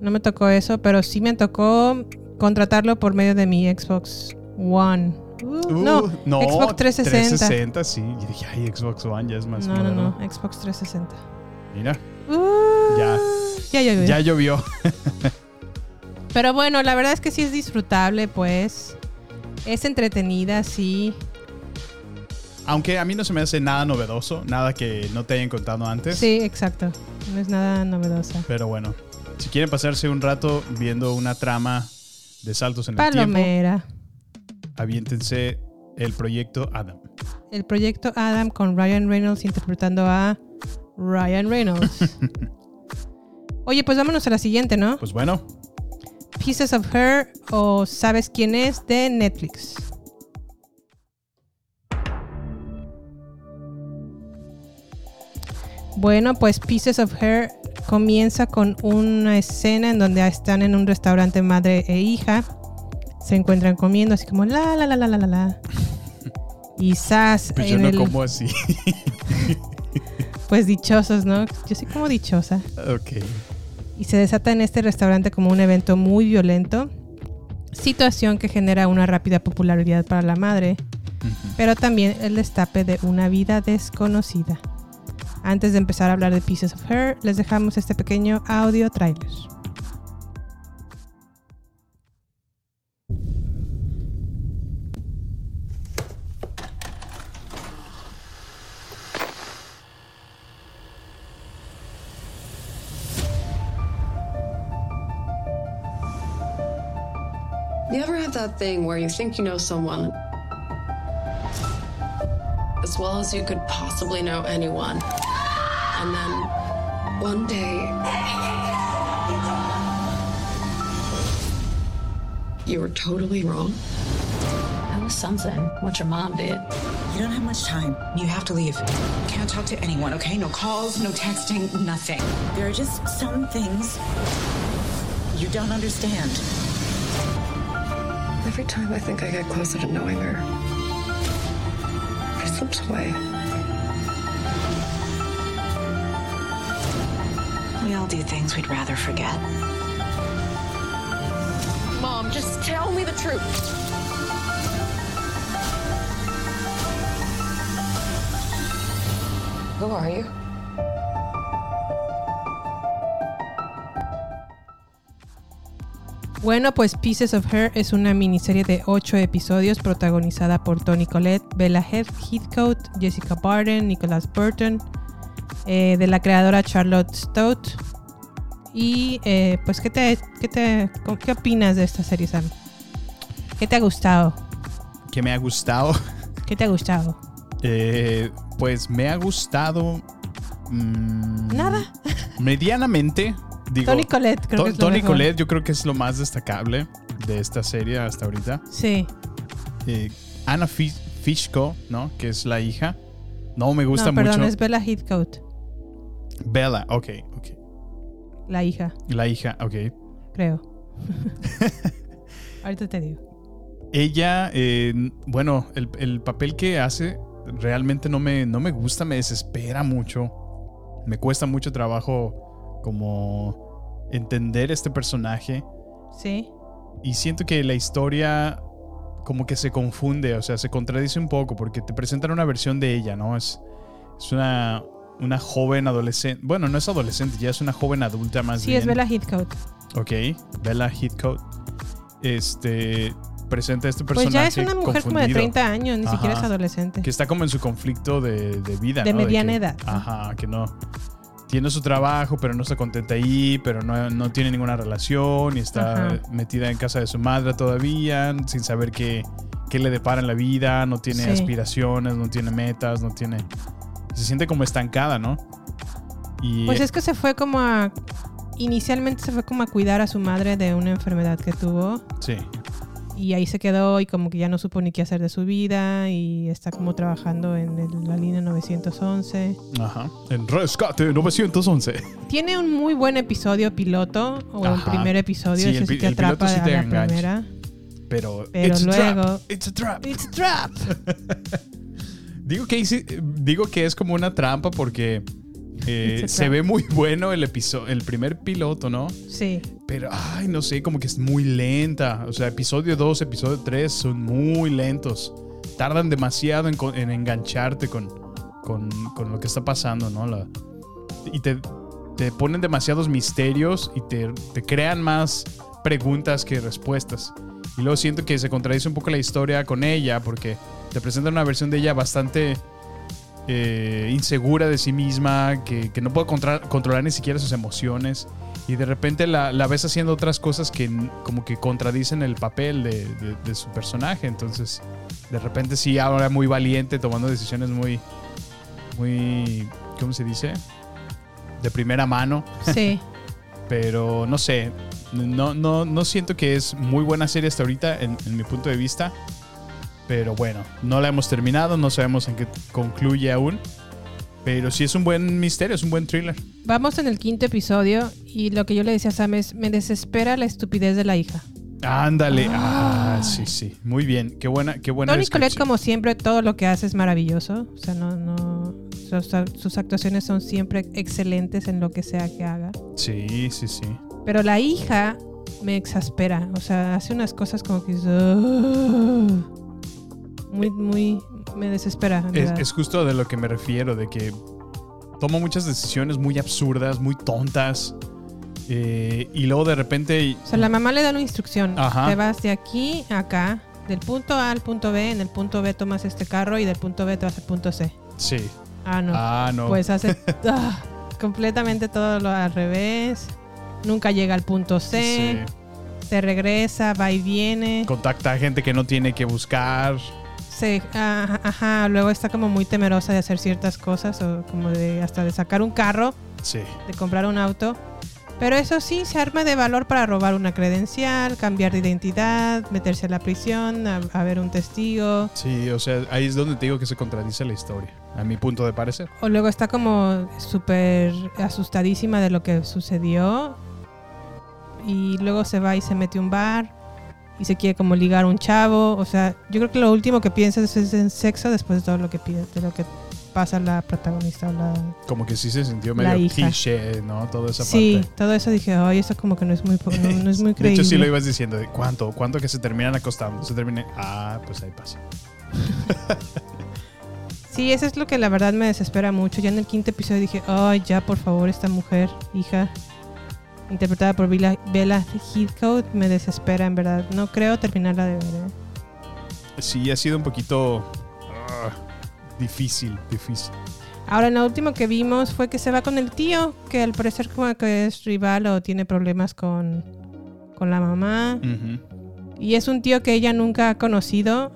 Speaker 2: No me tocó eso, pero sí me tocó contratarlo por medio de mi Xbox One Uh,
Speaker 3: Uh,
Speaker 2: no, Xbox 360.
Speaker 3: 360, sí. Y dije, ay, Xbox One ya es más
Speaker 2: No, no,
Speaker 3: moderno.
Speaker 2: no, Xbox 360.
Speaker 3: Mira,
Speaker 2: Uh,
Speaker 3: Ya.
Speaker 2: Ya, ya, ya.
Speaker 3: ya llovió. (laughs)
Speaker 2: Pero bueno, la verdad es que sí es disfrutable, pues. Es entretenida, sí.
Speaker 3: Aunque a mí no se me hace nada novedoso, nada que no te hayan contado antes.
Speaker 2: Sí, exacto. No es nada novedosa.
Speaker 3: Pero bueno, si quieren pasarse un rato viendo una trama de saltos en el
Speaker 2: Palomera.
Speaker 3: tiempo, aviéntense el proyecto Adam.
Speaker 2: El proyecto Adam con Ryan Reynolds interpretando a Ryan Reynolds.
Speaker 3: (laughs)
Speaker 2: Oye, pues vámonos a la siguiente, ¿no?
Speaker 3: Pues bueno,
Speaker 2: Pieces of Her o Sabes quién es de Netflix. Bueno, pues Pieces of Her comienza con una escena en donde están en un restaurante madre e hija. Se encuentran comiendo así como la la la la la la
Speaker 3: (laughs)
Speaker 2: la. Y zas,
Speaker 3: pues yo
Speaker 2: en
Speaker 3: no
Speaker 2: el-
Speaker 3: como así.
Speaker 2: pues dichosos, ¿no? Yo soy como dichosa.
Speaker 3: ok.
Speaker 2: y se desata en este restaurante como un evento muy violento, situación que genera una rápida popularidad para la madre, pero también el destape de una vida desconocida. Antes de empezar a hablar de Pieces of Her, les dejamos este pequeño audio trailer.
Speaker 7: You ever have that thing where you think you know someone as well as you could possibly know anyone, and then one day you were totally wrong?
Speaker 8: That was something, what your mom did.
Speaker 9: You don't have much time. You have to leave. Can't talk to anyone, okay? No calls, no texting, nothing. There are just some things you don't understand.
Speaker 7: Every time I think I get closer to knowing her, she slips away.
Speaker 9: We all do things we'd rather forget.
Speaker 5: Mom, just tell me the truth.
Speaker 7: Who are you?
Speaker 2: Bueno, pues Pieces of Her es una miniserie de 8 episodios protagonizada por Toni Collette, Bella Heath- Heathcote, Jessica Barden, Nicholas Burton, eh, de la creadora Charlotte Stout. Y eh, pues, ¿qué, te, qué, te, co- ¿qué opinas de esta serie, Sam? ¿Qué te ha gustado?
Speaker 3: Que me ha gustado. (laughs)
Speaker 2: ¿Qué te ha gustado?
Speaker 3: Eh, pues me ha gustado. mm,
Speaker 2: Nada.
Speaker 3: Medianamente. Digo,
Speaker 2: Toni Collette, creo
Speaker 3: To-
Speaker 2: que es lo
Speaker 3: Toni
Speaker 2: mejor.
Speaker 3: Collette, yo creo que es lo más destacable de esta serie hasta ahorita.
Speaker 2: Sí.
Speaker 3: Eh, Anna Fi- Fishko, ¿no? Que es la hija. No me gusta
Speaker 2: No, perdón,
Speaker 3: mucho.
Speaker 2: es Bella Heathcote,
Speaker 3: Bella, ok, ok.
Speaker 2: la hija,
Speaker 3: La hija, ok. (laughs)
Speaker 2: creo. Ahorita te digo.
Speaker 3: Ella, eh, bueno, el, el papel que hace realmente no me, no me gusta, me desespera mucho. Me cuesta mucho trabajo como entender este personaje.
Speaker 2: Sí.
Speaker 3: Y siento que la historia como que se confunde, o sea, se contradice un poco porque te presentan una versión de ella, ¿no? Es, es una, una joven adolescente. Bueno, no es adolescente, ya es una joven adulta más
Speaker 2: Sí,
Speaker 3: bien.
Speaker 2: es Bella Heathcote.
Speaker 3: Ok, Bella Heathcote. Este presenta a este
Speaker 2: Pues
Speaker 3: personaje
Speaker 2: ya es una mujer como de
Speaker 3: confundido,
Speaker 2: 30 años, ni siquiera es
Speaker 3: Ajá.
Speaker 2: adolescente.
Speaker 3: que está como en su conflicto de, de vida,
Speaker 2: De
Speaker 3: ¿no?
Speaker 2: mediana
Speaker 3: que-
Speaker 2: edad.
Speaker 3: Ajá, que no tiene su trabajo, pero no está contenta ahí, pero no, no tiene ninguna relación y está
Speaker 2: Ajá.
Speaker 3: metida en casa de su madre todavía, sin saber qué, qué le depara en la vida, no tiene
Speaker 2: Sí.
Speaker 3: aspiraciones, no tiene metas, no tiene se siente como estancada, ¿no? Y
Speaker 2: Pues es que se fue como a... Inicialmente se fue como a cuidar a su madre de una enfermedad que tuvo
Speaker 3: sí.
Speaker 2: y ahí se quedó y como que ya no supo ni qué hacer de su vida y está como trabajando en el- la línea 911.
Speaker 3: Ajá. En Rescate 911.
Speaker 2: Tiene un muy buen episodio piloto o un
Speaker 3: Ajá.
Speaker 2: primer episodio,
Speaker 3: Sí,
Speaker 2: ese
Speaker 3: el
Speaker 2: sí
Speaker 3: pi-
Speaker 2: te
Speaker 3: el piloto
Speaker 2: atrapa
Speaker 3: sí
Speaker 2: a
Speaker 3: te
Speaker 2: la
Speaker 3: engancha.
Speaker 2: primera.
Speaker 3: Pero,
Speaker 2: Pero
Speaker 3: it's a
Speaker 2: luego-
Speaker 3: trap, It's a trap.
Speaker 2: It's a trap.
Speaker 3: Digo que, hice- digo que es como una trampa porque Eh,
Speaker 2: It's a
Speaker 3: se
Speaker 2: trap.
Speaker 3: ve muy (laughs) bueno el episodio, el primer piloto, ¿no?
Speaker 2: Sí.
Speaker 3: Pero, ay, no sé, como que es muy lenta. O sea, episodio 2, episodio 3 son muy lentos. Tardan demasiado en, co- en engancharte con, con, con lo que está pasando, ¿no? La- y te, te ponen demasiados misterios y te, te crean más preguntas que respuestas. Y luego siento que se contradice un poco la historia con ella porque te presentan una versión de ella bastante eh, insegura de sí misma, que, que no puede contra- controlar ni siquiera sus emociones. Y de repente la, la ves haciendo otras cosas que n- como que contradicen el papel de, de- de su personaje. Entonces, de repente sí, ahora muy valiente, tomando decisiones muy, muy, ¿cómo se dice? De primera mano.
Speaker 2: Sí.
Speaker 3: Pero no sé, no, no, no siento que es muy buena serie hasta ahorita, en, en mi punto de vista. Pero bueno, no la hemos terminado, no sabemos en qué concluye aún. Pero sí es un buen misterio, es un buen thriller.
Speaker 2: Vamos en el quinto episodio y lo que yo le decía a Sam es, me desespera la estupidez de la hija.
Speaker 3: Ándale, ah, sí, sí, muy bien, qué buena, qué buena.
Speaker 2: Tony Collette,
Speaker 3: descripción.
Speaker 2: como siempre, todo lo que hace es maravilloso. O sea, no, no, sus, sus actuaciones son siempre excelentes en lo que sea que haga.
Speaker 3: Sí, sí, sí.
Speaker 2: Pero la hija me exaspera. O sea, hace unas cosas como que... dices, "Ugh". Muy, muy... Me desespera. en
Speaker 3: Es,
Speaker 2: verdad.
Speaker 3: es justo de lo que me refiero, de que tomo muchas decisiones muy absurdas, muy tontas, eh, y luego de repente
Speaker 2: O sea, la mamá le da una instrucción.
Speaker 3: Ajá.
Speaker 2: Te vas de aquí a acá, del punto A al punto B, en el punto B tomas este carro y del punto B te vas al punto C.
Speaker 3: Sí.
Speaker 2: Ah, no.
Speaker 3: Ah, no.
Speaker 2: Pues hace ah, completamente todo lo al revés. Nunca llega al punto C. Se regresa, va y viene.
Speaker 3: contacta a gente que no tiene que buscar.
Speaker 2: Se, ajá, ajá, luego está como muy temerosa de hacer ciertas cosas o como de hasta de sacar un carro,
Speaker 3: Sí.
Speaker 2: de comprar un auto. Pero eso sí, se arma de valor para robar una credencial, cambiar de identidad, meterse a la prisión, a, a ver un testigo.
Speaker 3: Sí, o sea, ahí es donde te digo que se contradice la historia, a mi punto de parecer.
Speaker 2: O luego está como súper asustadísima de lo que sucedió. Y luego se va y se mete a un bar. Y se quiere como ligar a un chavo. O sea, yo creo que lo último que piensas es en sexo después de todo lo que, pi- de lo que pasa la protagonista. o la-
Speaker 3: Como que sí se sintió
Speaker 2: La
Speaker 3: medio
Speaker 2: hija.
Speaker 3: cliché, ¿no? Toda esa
Speaker 2: Sí,
Speaker 3: parte.
Speaker 2: todo eso dije, ay, eso como que no es muy, po- no, no es muy
Speaker 3: (laughs) De
Speaker 2: creíble.
Speaker 3: hecho, sí lo ibas diciendo, de cuánto, cuánto que se terminan acostando. Se termine, ah, pues ahí pasa.
Speaker 2: Sí, eso es lo que la verdad me desespera mucho. Ya en el quinto episodio dije, ay, ya, por favor, esta mujer, hija, interpretada por Vila- Bella Heathcote, me desespera, en verdad. No creo terminarla de ver. ¿eh?
Speaker 3: Sí, ha sido un poquito ah, difícil, difícil.
Speaker 2: Ahora, en lo último que vimos fue que se va con el tío, que al parecer como que es rival o tiene problemas con, con la mamá. Y es un tío que ella nunca ha conocido.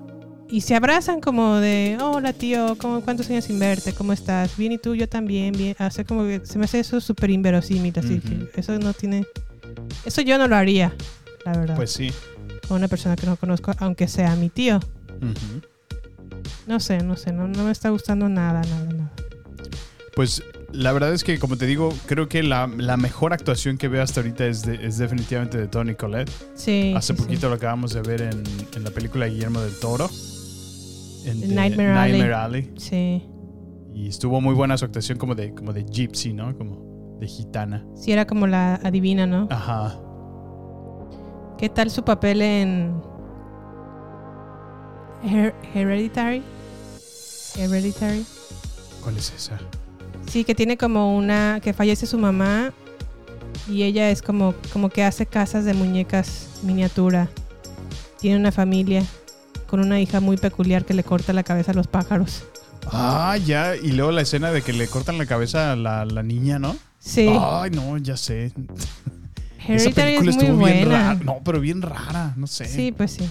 Speaker 2: Y se abrazan como de, hola tío, ¿cómo, ¿cuántos años sin verte? ¿Cómo estás? Bien, ¿y tú? Yo también, bien. O sea, como que se me hace eso súper inverosímil, así
Speaker 3: Ujú.
Speaker 2: que eso no tiene... Eso yo no lo haría, la verdad.
Speaker 3: Pues sí.
Speaker 2: Con una persona que no conozco, aunque sea mi tío.
Speaker 3: Ujú.
Speaker 2: No sé, no sé, no, no me está gustando nada, nada, nada.
Speaker 3: Pues la verdad es que, como te digo, creo que la, la mejor actuación que veo hasta ahorita es, de- es definitivamente de Tony Collette.
Speaker 2: Sí,
Speaker 3: Hace
Speaker 2: sí, sí.
Speaker 3: poquito lo acabamos de ver en, en la película Guillermo del Toro. En de
Speaker 2: Nightmare Alley.
Speaker 3: Nightmare Alley.
Speaker 2: Sí.
Speaker 3: Y estuvo muy buena su actuación como de, como de gypsy, ¿no? Como de gitana.
Speaker 2: Sí, era como la adivina, ¿no?
Speaker 3: Ajá.
Speaker 2: ¿Qué tal su papel en Her- Hereditary? Hereditary.
Speaker 3: ¿Cuál es esa?
Speaker 2: Sí, que tiene como una que fallece su mamá y ella es como como que hace casas de muñecas miniatura. Tiene una familia con una hija muy peculiar que le corta la cabeza a los pájaros.
Speaker 3: Ah, ya. Y luego la escena de que le cortan la cabeza a la, la niña, ¿no?
Speaker 2: Sí.
Speaker 3: Ay, no, ya sé. Esa
Speaker 2: Hereditary es
Speaker 3: película
Speaker 2: muy
Speaker 3: estuvo bien
Speaker 2: buena.
Speaker 3: rara. No, pero bien rara, no sé.
Speaker 2: Sí, pues sí.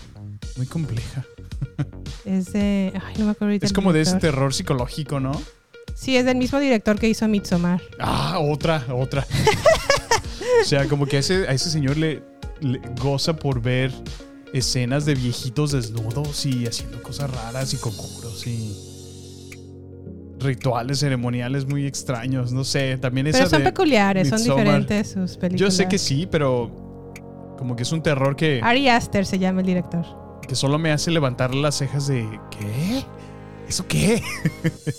Speaker 3: Muy compleja.
Speaker 2: Es de ay, no me acuerdo ahorita
Speaker 3: Es
Speaker 2: el
Speaker 3: como de este ese
Speaker 2: director.
Speaker 3: terror psicológico, ¿no?
Speaker 2: Sí, es del mismo director que hizo Midsommar.
Speaker 3: Ah, otra,
Speaker 2: (laughs)
Speaker 3: otra. o sea, como que a ese, a ese señor le, le goza por ver escenas de viejitos desnudos y haciendo cosas raras y conjuros y rituales ceremoniales muy extraños, no sé, también esa
Speaker 2: Pero son
Speaker 3: de
Speaker 2: peculiares, son
Speaker 3: Midsommar.
Speaker 2: diferentes sus películas.
Speaker 3: Yo sé que sí, pero como que es un terror que,
Speaker 2: Ari Aster se llama el director.
Speaker 3: que solo me hace levantar las cejas de ¿qué? ¿Eso qué?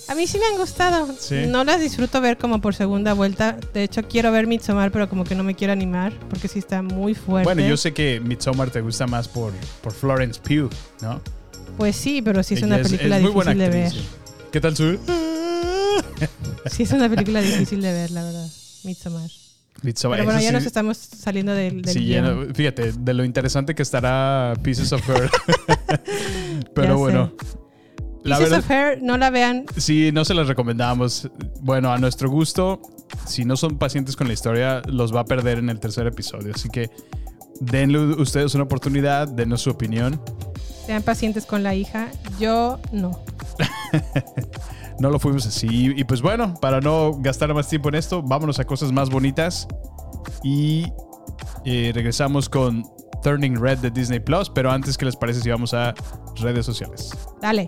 Speaker 2: A mí sí me han gustado.
Speaker 3: Sí.
Speaker 2: No las disfruto ver como por segunda vuelta. De hecho, quiero ver Midsommar, pero como que no me quiero animar porque sí está muy fuerte.
Speaker 3: Bueno, yo sé que Midsommar te gusta más por, por Florence Pugh, ¿no?
Speaker 2: Pues sí, pero sí es una
Speaker 3: Ella
Speaker 2: película
Speaker 3: es muy buena
Speaker 2: difícil de ver.
Speaker 3: actriz, sí. ¿Qué tal su? (laughs)
Speaker 2: Sí es una película difícil de ver, la verdad. Midsommar.
Speaker 3: Midsommar,
Speaker 2: Pero bueno,
Speaker 3: eso
Speaker 2: ya
Speaker 3: sí-
Speaker 2: nos estamos saliendo del, del
Speaker 3: Sí, ya
Speaker 2: guión.
Speaker 3: no- fíjate, de lo interesante que estará Pieces of
Speaker 2: (laughs)
Speaker 3: Her. Pero
Speaker 2: Ya sé.
Speaker 3: bueno. La
Speaker 2: Pieces
Speaker 3: verdad,
Speaker 2: of Her, no la vean.
Speaker 3: sí, no se las recomendamos. Bueno, a nuestro gusto, si no son pacientes con la historia, los va a perder en el tercer episodio. Así que denle ustedes una oportunidad, denos su opinión.
Speaker 2: Sean pacientes con la hija. Yo no.
Speaker 3: No lo fuimos así. Y, y pues bueno, para no gastar más tiempo en esto, vámonos a cosas más bonitas. Y eh, regresamos con Turning Red de Disney Plus. Pero antes, ¿qué les parece si vamos a redes sociales?
Speaker 2: Dale.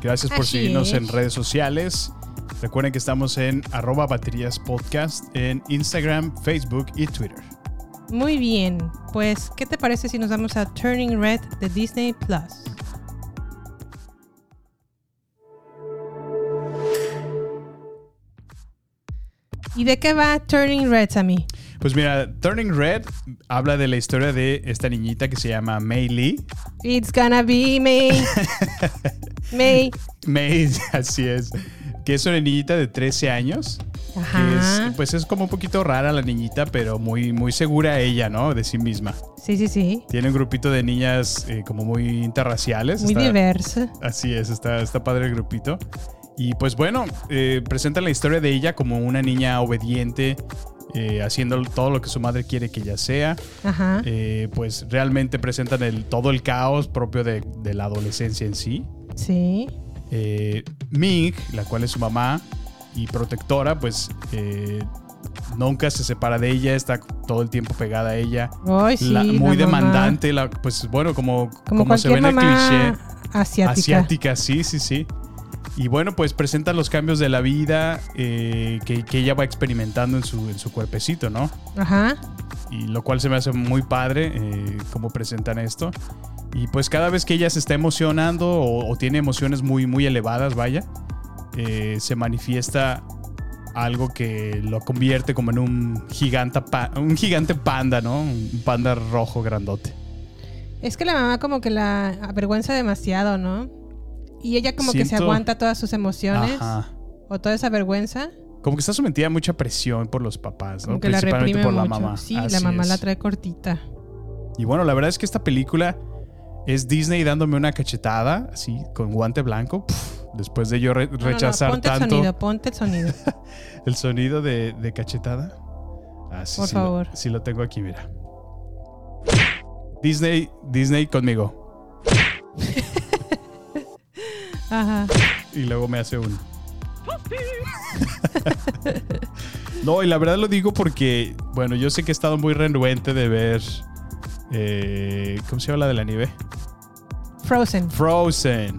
Speaker 3: Gracias por
Speaker 2: Así
Speaker 3: seguirnos
Speaker 2: es.
Speaker 3: en redes sociales. Recuerden que estamos en arroba baterías podcast en Instagram, Facebook y Twitter.
Speaker 2: Muy bien. Pues, ¿qué te parece si nos vamos a Turning Red de Disney Plus? ¿Y de qué va Turning Red, Sammy?
Speaker 3: Pues mira, Turning Red habla de la historia de esta niñita que se llama Mei Lee.
Speaker 2: It's gonna be
Speaker 3: (laughs)
Speaker 2: me. me.
Speaker 3: May, (laughs) así es. Que es una niñita de 13 años. Que
Speaker 2: Ajá.
Speaker 3: es, pues es como un poquito rara la niñita, pero muy, muy segura ella, ¿no? De sí misma.
Speaker 2: Sí, sí, sí.
Speaker 3: Tiene un grupito de niñas eh, como muy interraciales.
Speaker 2: Muy
Speaker 3: Está-
Speaker 2: diversa.
Speaker 3: Así es, está, está padre el grupito. Y pues bueno, eh, presentan la historia de ella como una niña obediente, eh, haciendo todo lo que su madre quiere que ella sea.
Speaker 2: Ajá.
Speaker 3: Eh, pues realmente presentan el, todo el caos propio de, de la adolescencia en sí.
Speaker 2: Sí.
Speaker 3: Eh, Ming, la cual es su mamá y protectora, pues eh, nunca se separa de ella, está todo el tiempo pegada a ella.
Speaker 2: Ay, sí,
Speaker 3: La- muy
Speaker 2: la mamá.
Speaker 3: demandante, la- pues bueno, como,
Speaker 2: Como,
Speaker 3: como se
Speaker 2: cualquier
Speaker 3: ve en el
Speaker 2: mamá
Speaker 3: cliché
Speaker 2: asiática.
Speaker 3: asiática, sí, sí, sí. Y bueno, pues presenta los cambios de la vida eh, que, que ella va experimentando en su, en su cuerpecito, ¿no?
Speaker 2: Ajá.
Speaker 3: Y lo cual se me hace muy padre eh, cómo presentan esto. Y pues cada vez que ella se está emocionando o, o tiene emociones muy, muy elevadas, vaya, eh, se manifiesta algo que lo convierte como en un gigante, un gigante panda, ¿no? Un panda rojo grandote.
Speaker 2: Es que la mamá como que la avergüenza demasiado, ¿no? Y ella como que se
Speaker 3: Siento-
Speaker 2: aguanta todas sus emociones
Speaker 3: Ajá.
Speaker 2: o toda esa vergüenza,
Speaker 3: Como que está sometida a mucha presión por los papás,
Speaker 2: como
Speaker 3: ¿no?
Speaker 2: que la
Speaker 3: Principalmente
Speaker 2: reprime
Speaker 3: por la
Speaker 2: mucho.
Speaker 3: mamá.
Speaker 2: Sí, la
Speaker 3: Así
Speaker 2: mamá la
Speaker 3: es.
Speaker 2: trae cortita.
Speaker 3: Y bueno, la verdad es que esta película es Disney dándome una cachetada, así, con guante blanco, pf, después de yo re-
Speaker 2: No, no, no,
Speaker 3: rechazar
Speaker 2: ponte el
Speaker 3: tanto
Speaker 2: sonido, ponte el sonido.
Speaker 3: el sonido de, de cachetada. Ah, sí,
Speaker 2: Por
Speaker 3: sí
Speaker 2: favor.
Speaker 3: Lo, sí lo tengo aquí, mira. Disney, Disney conmigo.
Speaker 2: Ajá.
Speaker 3: Y luego me hace uno. (laughs) No, y la verdad lo digo porque, bueno, yo sé que he estado muy renuente de ver. eh, ¿Cómo se llama la de la nieve?
Speaker 2: Frozen.
Speaker 3: Frozen.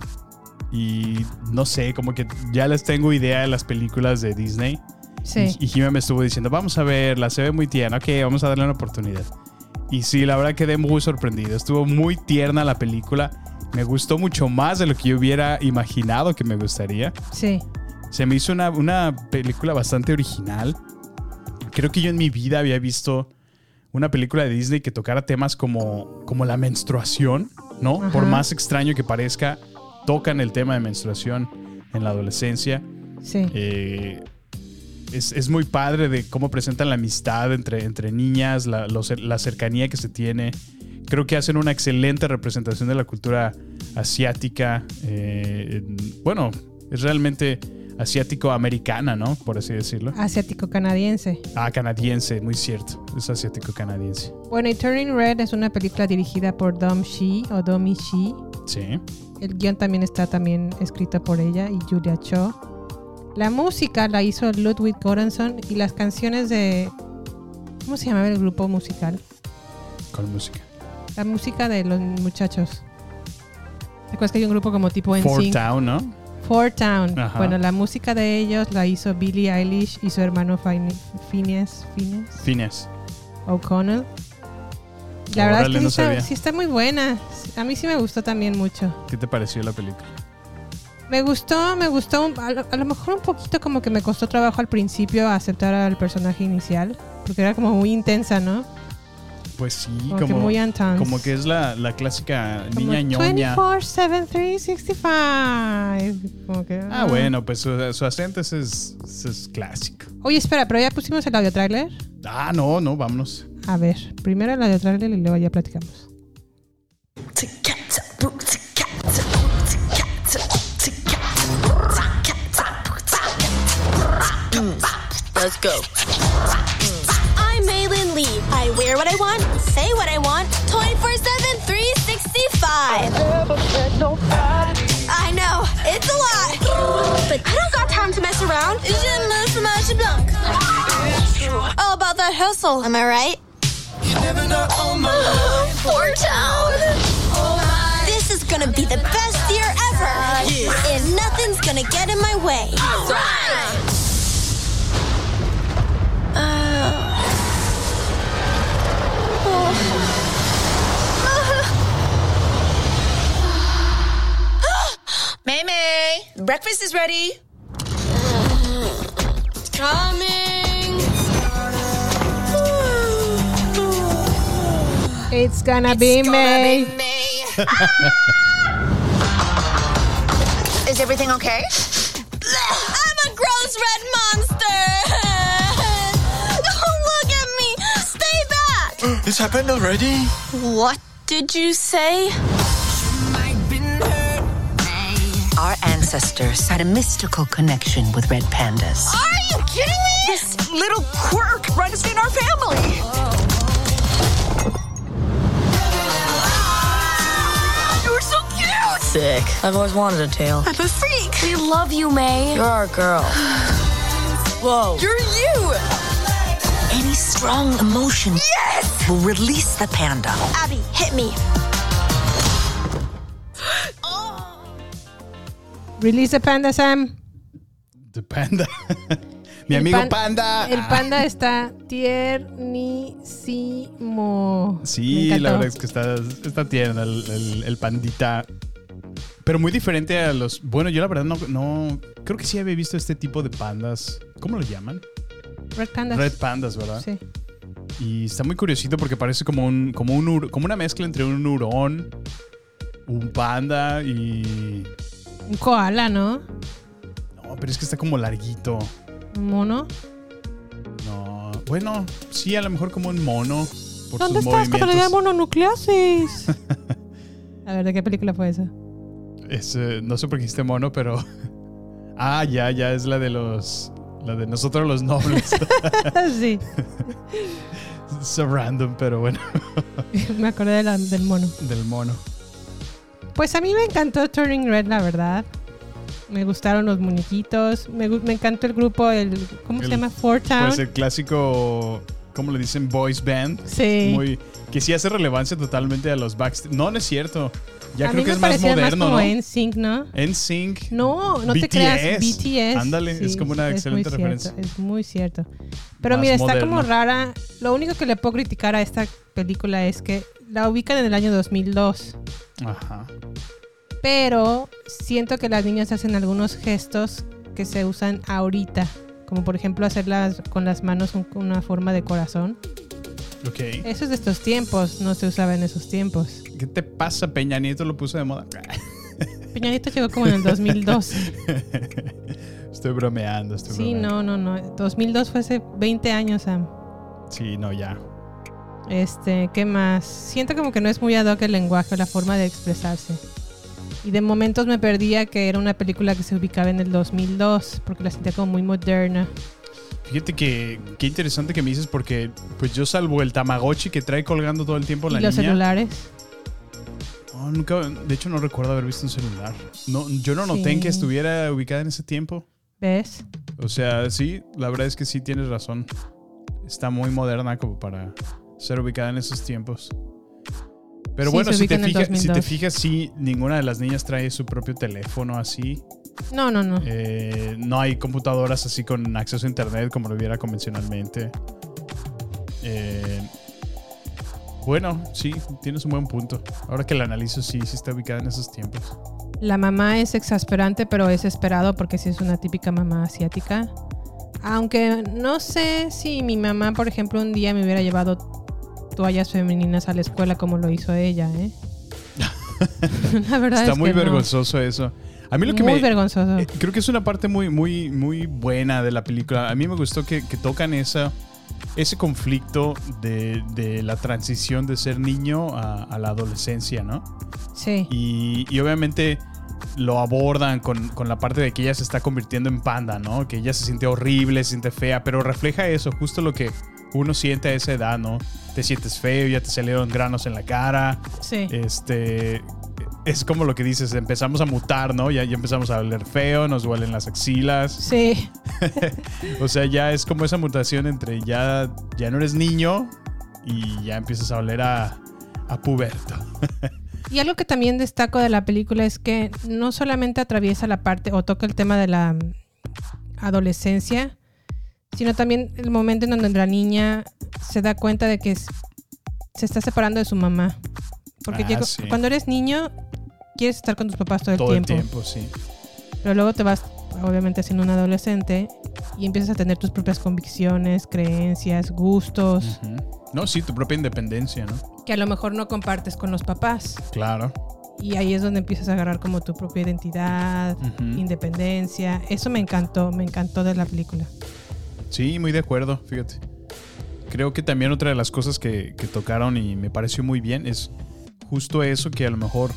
Speaker 3: Y no sé, como que ya les tengo idea de las películas de Disney.
Speaker 2: Sí.
Speaker 3: (laughs) Y, y Jimmy me estuvo diciendo, vamos a verla, se ve muy tierna, ok, vamos a darle una oportunidad. Y sí, la verdad quedé muy sorprendido. Estuvo muy tierna la película. Me gustó mucho más de lo que yo hubiera imaginado que me gustaría.
Speaker 2: Sí.
Speaker 3: Se me hizo una, una película bastante original. Creo que yo en mi vida había visto una película de Disney que tocara temas como, como la menstruación, ¿no?
Speaker 2: Ajá.
Speaker 3: Por más extraño que parezca, tocan el tema de menstruación en la adolescencia.
Speaker 2: Sí.
Speaker 3: Eh, es, es muy padre de cómo presentan la amistad entre, entre niñas, la, los- la cercanía que se tiene. Creo que hacen una excelente representación de la cultura asiática. eh, en- bueno, es realmente asiático-americana, ¿no? Por así decirlo.
Speaker 2: Asiático canadiense.
Speaker 3: Ah, canadiense, muy cierto. Es asiático-canadiense.
Speaker 2: Bueno, y Turning Red es una película dirigida por Dom Shi o Domi Shi,
Speaker 3: Sí.
Speaker 2: El guión también está también escrito por ella y Julia Cho. La música la hizo Ludwig Göransson y las canciones de... ¿Cómo se llamaba el grupo musical?
Speaker 3: Con música.
Speaker 2: La música de los muchachos. ¿Te acuerdas que hay un grupo como tipo en
Speaker 3: Four Town, ¿no?
Speaker 2: Four Town.
Speaker 3: Ajá.
Speaker 2: Bueno, la música de ellos la hizo Billie Eilish y su hermano Fine- Phineas, Phineas
Speaker 3: Fines.
Speaker 2: O'Connell. La verdad es
Speaker 3: Órale,
Speaker 2: que sí,
Speaker 3: no
Speaker 2: está,
Speaker 3: sabía.
Speaker 2: sí está muy buena. A mí sí me gustó también mucho.
Speaker 3: ¿Qué te pareció la película?
Speaker 2: Me gustó, me gustó. un- A lo, a lo mejor un poquito como que me costó trabajo al principio aceptar al personaje inicial. Porque era como muy intensa, ¿no?
Speaker 3: Pues sí,
Speaker 2: Como
Speaker 3: como,
Speaker 2: que muy intense.
Speaker 3: como que es la, la clásica
Speaker 2: Como
Speaker 3: niña ñoña.
Speaker 2: 24-7-365. Como que,
Speaker 3: Ah, bueno, pues su, su acento ese es, ese es clásico.
Speaker 2: Oye, espera, pero ya pusimos el audio trailer.
Speaker 3: Ah, no, no, vámonos.
Speaker 2: A ver, primero el audio trailer y luego ya platicamos.
Speaker 10: Let's go. I'm Maylin Lee. I wear what I want, say what I want, 24 7, 365. I know, it's a lot. But I don't got time to mess around. Je me fais ma chiblanque. All about that hustle, am I right? You never know, oh my. (laughs) Poor town. This is gonna be the best year ever.
Speaker 11: Yeah.
Speaker 10: And nothing's gonna get in my way.
Speaker 11: All right.
Speaker 5: May May, breakfast is ready.
Speaker 10: Coming.
Speaker 2: It's gonna be May.
Speaker 11: Is everything okay?
Speaker 10: I'm a gross red monster. (laughs) Don't look at me. Stay back.
Speaker 11: This happened already?
Speaker 10: What did you say?
Speaker 12: Our ancestors had a mystical connection with red pandas.
Speaker 11: Are you kidding me? This little quirk runs in our family. You're so cute.
Speaker 12: Sick. I've always wanted a tail.
Speaker 11: I'm a freak. We love you, May.
Speaker 12: You're our
Speaker 6: (sighs)
Speaker 12: girl. Whoa.
Speaker 11: You're you.
Speaker 12: Any strong emotion
Speaker 11: Yes.
Speaker 12: will release the panda.
Speaker 10: Abby,
Speaker 11: (gasps)
Speaker 10: hit me.
Speaker 11: Oh.
Speaker 2: Release the panda, Sam.
Speaker 3: The panda. (laughs) Mi amigo panda.
Speaker 2: El panda está tiernísimo. Me
Speaker 3: Sí,
Speaker 2: encantó.
Speaker 3: la verdad es que está, está tierna el, el- el pandita. Pero muy diferente a los. Bueno, yo la verdad no, no. Creo que sí había visto este tipo de pandas. ¿Cómo lo llaman?
Speaker 2: Red pandas.
Speaker 3: Red pandas, ¿verdad?
Speaker 2: Sí.
Speaker 3: Y está muy curiosito porque parece como un, como un hur- como una mezcla entre un hurón, un panda y.
Speaker 2: Un koala, ¿no?
Speaker 3: No, pero es que está como larguito.
Speaker 2: Un mono.
Speaker 3: No. Bueno, sí, a lo mejor como un mono. Por
Speaker 2: ¿Dónde
Speaker 3: sus
Speaker 2: estás cuando le
Speaker 3: movimientos.
Speaker 2: llaman mononucleosis? (laughs) A ver, ¿de qué película fue esa?
Speaker 3: Es, eh, no sé por qué dijiste mono, pero. (laughs) Ah, ya, ya es la de los. La de nosotros los nobles.
Speaker 2: (laughs)
Speaker 3: (laughs)
Speaker 2: sí,
Speaker 3: so random, pero bueno.
Speaker 2: (laughs)
Speaker 3: (laughs)
Speaker 2: me acordé de la- del mono.
Speaker 3: Del mono.
Speaker 2: Pues a mí me encantó Turning Red, la verdad. Me gustaron los muñequitos. Me, gu- me encantó el grupo, el ¿cómo
Speaker 3: El-
Speaker 2: se llama? Four Town.
Speaker 3: Pues el clásico. ¿Cómo le dicen? Boys band.
Speaker 2: Sí.
Speaker 3: Muy, que sí hace relevancia totalmente a los Backstreet. No, no es cierto. Ya
Speaker 2: a
Speaker 3: creo
Speaker 2: mí
Speaker 3: que
Speaker 2: me
Speaker 3: es más
Speaker 2: parecían
Speaker 3: moderno,
Speaker 2: más como
Speaker 3: ¿no?
Speaker 2: NSYNC, ¿no?
Speaker 3: NSYNC.
Speaker 2: No, no te
Speaker 3: BTS.
Speaker 2: creas, BTS.
Speaker 3: Ándale, es como una
Speaker 2: muy
Speaker 3: excelente
Speaker 2: cierto,
Speaker 3: referencia.
Speaker 2: es muy cierto. Pero
Speaker 3: Más
Speaker 2: mira, está
Speaker 3: moderno.
Speaker 2: como rara. Lo único que le puedo criticar a esta película es que la ubican en el año 2002.
Speaker 3: Ajá.
Speaker 2: Pero siento que las niñas hacen algunos gestos que se usan ahorita. Como por ejemplo hacerlas con las manos un- una forma de corazón.
Speaker 3: Ok.
Speaker 2: Eso es de estos tiempos, no se usaba en esos tiempos.
Speaker 3: ¿Qué te pasa? Peña Nieto lo puso de moda.
Speaker 2: Peñanito llegó como en el
Speaker 3: (laughs)
Speaker 2: 2002.
Speaker 3: Estoy bromeando, estoy
Speaker 2: Sí,
Speaker 3: bromeando.
Speaker 2: no, no, no. 2002 fue hace 20 años, Sam.
Speaker 3: Sí, no, ya.
Speaker 2: Este, ¿qué más? Siento como que no es muy ad hoc el lenguaje, la forma de expresarse. Y de momentos me perdía que era una película que se ubicaba en el 2002, porque la sentía como muy moderna.
Speaker 3: Fíjate que qué interesante que me dices porque pues yo salvo el Tamagotchi que trae colgando todo el tiempo
Speaker 2: Y
Speaker 3: la
Speaker 2: los
Speaker 3: niña.
Speaker 2: celulares.
Speaker 3: No, No, nunca. De hecho, no recuerdo haber visto un celular. No, yo no noté
Speaker 2: Sí.
Speaker 3: en que estuviera ubicada en ese tiempo.
Speaker 2: ¿Ves?
Speaker 3: O sea, sí, la verdad es que sí tienes razón. Está muy moderna como para ser ubicada en esos tiempos. Pero
Speaker 2: Sí,
Speaker 3: bueno,
Speaker 2: se
Speaker 3: si
Speaker 2: ubica
Speaker 3: te,
Speaker 2: en el
Speaker 3: fijas, si te
Speaker 2: 2002.
Speaker 3: fijas, sí, ninguna de las niñas trae su propio teléfono así.
Speaker 2: No, no, no.
Speaker 3: Eh, no hay computadoras así con acceso a internet como lo hubiera convencionalmente. Eh, bueno, sí, tienes un buen punto. Ahora que la analizo, sí, sí está ubicada en esos tiempos.
Speaker 2: La mamá es exasperante, pero es esperado porque sí es una típica mamá asiática. Aunque no sé si mi mamá, por ejemplo, un día me hubiera llevado toallas femeninas a la escuela como lo hizo ella,
Speaker 3: (laughs)
Speaker 2: ¿eh? la verdad
Speaker 3: Está
Speaker 2: es
Speaker 3: muy
Speaker 2: que no.
Speaker 3: vergonzoso eso. A mí lo que
Speaker 2: Muy
Speaker 3: me-
Speaker 2: vergonzoso.
Speaker 3: eh, creo que es una parte muy, muy, muy buena de la película. A mí me gustó que, que tocan esa, ese conflicto de, de la transición de ser niño a, a la adolescencia, ¿no?
Speaker 2: Sí.
Speaker 3: Y, y obviamente lo abordan con, con la parte de que ella se está convirtiendo en panda, ¿no? Que ella se siente horrible, se siente fea, pero refleja eso, justo lo que uno siente a esa edad, ¿no? Te sientes feo, ya te salieron granos en la cara.
Speaker 2: Sí.
Speaker 3: Este. Es como lo que dices, empezamos a mutar, ¿no? Ya, ya empezamos a oler feo, nos duelen las axilas.
Speaker 2: Sí.
Speaker 3: o sea, ya es como esa mutación entre ya, ya no eres niño y ya empiezas a oler a, a puberto.
Speaker 2: Y algo que también destaco de la película es que no solamente atraviesa la parte o toca el tema de la mm, adolescencia, sino también el momento en donde la niña se da cuenta de que es- se está separando de su mamá. Porque
Speaker 3: Ah,
Speaker 2: llegó-
Speaker 3: sí.
Speaker 2: cuando eres niño, quieres estar con tus papás todo,
Speaker 3: Todo
Speaker 2: el
Speaker 3: el
Speaker 2: tiempo.
Speaker 3: tiempo, sí.
Speaker 2: Pero luego te vas, obviamente, siendo un adolescente y empiezas a tener tus propias convicciones, creencias, gustos,
Speaker 3: No, sí, tu propia independencia, ¿no?
Speaker 2: que a lo mejor no compartes con los papás.
Speaker 3: Claro.
Speaker 2: Y ahí es donde empiezas a agarrar como tu propia identidad,
Speaker 3: Ujú.
Speaker 2: independencia. Eso me encantó, me encantó de la película.
Speaker 3: Sí, muy de acuerdo, fíjate. Creo que también otra de las cosas que, que tocaron y me pareció muy bien es justo eso que a lo mejor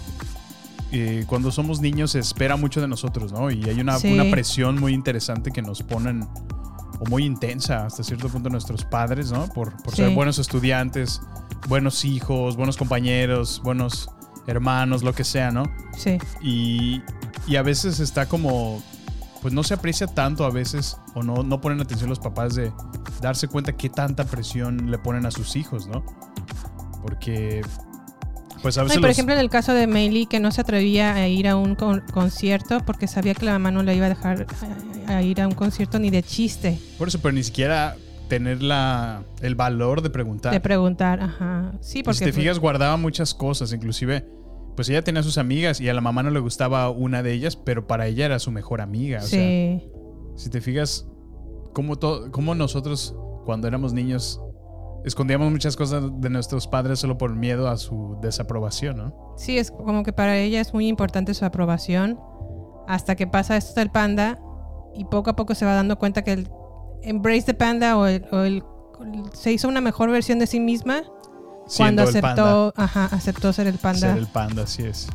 Speaker 3: eh, cuando somos niños se espera mucho de nosotros, ¿no? Y hay una,
Speaker 2: Sí.
Speaker 3: una presión muy interesante que nos ponen, o muy intensa hasta cierto punto nuestros padres, ¿no? Por, por ser
Speaker 2: Sí.
Speaker 3: buenos estudiantes, buenos hijos, buenos compañeros, buenos hermanos, lo que sea, ¿no?
Speaker 2: Sí.
Speaker 3: y, y a veces está como, pues no se aprecia tanto a veces, o no, no ponen atención los papás de darse cuenta qué tanta presión le ponen a sus hijos, ¿no? Porque, pues a
Speaker 2: No, y
Speaker 3: veces...
Speaker 2: por
Speaker 3: los-
Speaker 2: ejemplo, en el caso de Meili, que no se atrevía a ir a un con- concierto porque sabía que la mamá no la iba a dejar eh, a ir a un concierto ni de chiste,
Speaker 3: por eso, pero ni siquiera tener la, el valor de preguntar.
Speaker 2: de preguntar. Ajá. Sí,
Speaker 3: Y
Speaker 2: porque. pues
Speaker 3: si te
Speaker 2: fue-
Speaker 3: fijas, guardaba muchas cosas, inclusive... Pues ella tenía sus amigas y a la mamá no le gustaba una de ellas, pero para ella era su mejor amiga. o sea,
Speaker 2: sí.
Speaker 3: Si te fijas, cómo, to- cómo nosotros cuando éramos niños escondíamos muchas cosas de nuestros padres solo por miedo a su desaprobación, ¿no?
Speaker 2: Sí, es como que para ella es muy importante su aprobación. Hasta que pasa esto del panda y poco a poco se va dando cuenta que el embrace the panda o el, o el- se hizo una mejor versión de sí misma
Speaker 3: Siendo
Speaker 2: cuando
Speaker 3: el
Speaker 2: aceptó, ajá, aceptó ser el panda,
Speaker 3: Ser el panda, así es.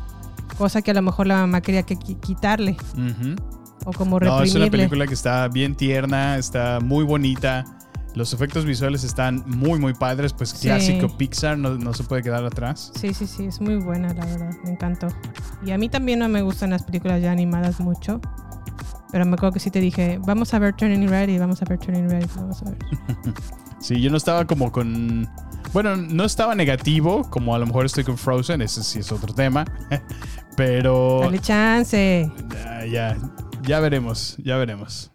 Speaker 2: cosa que a lo mejor la mamá quería que qui- quitarle
Speaker 3: Ujú.
Speaker 2: o como
Speaker 3: No, es
Speaker 2: reprimirle.
Speaker 3: una película que está bien tierna, está muy bonita. Los efectos visuales están muy, muy padres. Pues
Speaker 2: Sí.
Speaker 3: clásico Pixar, no, no se puede quedar atrás.
Speaker 2: Sí, sí, sí, es muy buena, la verdad, me encantó. Y a mí también no me gustan las películas ya animadas mucho, pero me acuerdo que sí te dije, vamos a ver Turning Red y vamos a ver Turning Red, vamos a ver.
Speaker 3: Sí, yo no estaba como con. Bueno, no estaba negativo, como a lo mejor estoy con Frozen, ese sí es otro tema. (laughs) Pero.
Speaker 2: Dale chance.
Speaker 3: Ya, ya, ya veremos, ya veremos.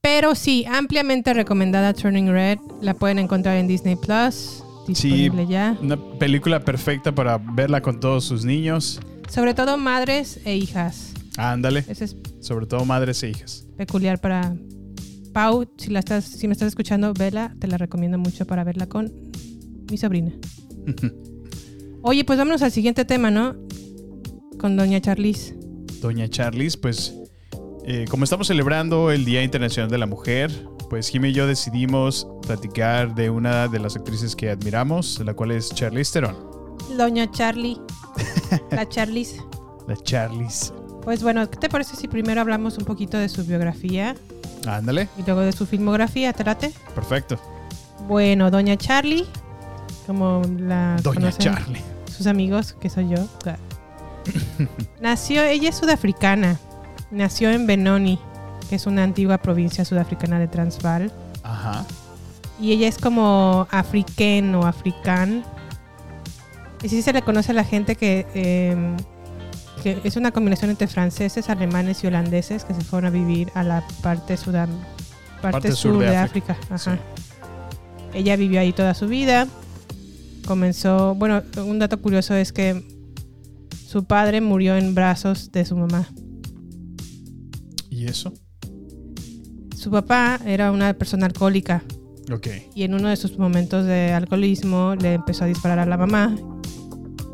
Speaker 2: Pero sí, ampliamente recomendada Turning Red. La pueden encontrar en Disney Plus. Disponible ya.
Speaker 3: Una película perfecta para verla con todos sus niños.
Speaker 2: Sobre todo madres e hijas.
Speaker 3: Ándale.
Speaker 2: Ese es
Speaker 3: Sobre todo madres e hijas.
Speaker 2: peculiar para Pau. Si, la estás, si me estás escuchando, vela. Te la recomiendo mucho para verla con mi sobrina. Oye, pues vámonos al siguiente tema, ¿no? Con Doña Charlize.
Speaker 3: Doña Charlize, pues eh, como estamos celebrando el Día Internacional de la Mujer, pues Jimmy y yo decidimos platicar de una de las actrices que admiramos, la cual es Charlize Theron.
Speaker 2: Doña Charlie. La Charlize.
Speaker 3: La Charlize.
Speaker 2: Pues bueno, ¿qué te parece si primero hablamos un poquito de su biografía
Speaker 3: Ándale,
Speaker 2: y luego de su filmografía? ¿Te late?
Speaker 3: perfecto.
Speaker 2: Bueno, Doña Charlie, como la
Speaker 3: Doña
Speaker 2: conocen
Speaker 3: Charlie.
Speaker 2: sus amigos, que soy yo. (laughs) Nació, ella es sudafricana. Nació en Benoni, que es una antigua provincia sudafricana de Transvaal.
Speaker 3: Ajá.
Speaker 2: Y ella es como afriquen o africán. Y sí se le conoce a la gente que, eh, que es una combinación entre franceses, alemanes y holandeses que se fueron a vivir a la parte, sudan, parte, sur, de, África. Ajá. Ella vivió ahí toda su vida. Comenzó, bueno, un dato curioso es que su padre murió en brazos de su mamá.
Speaker 3: ¿Y eso?
Speaker 2: Su papá era una persona alcohólica
Speaker 3: Ok.
Speaker 2: y en uno de sus momentos de alcoholismo le empezó a disparar a la mamá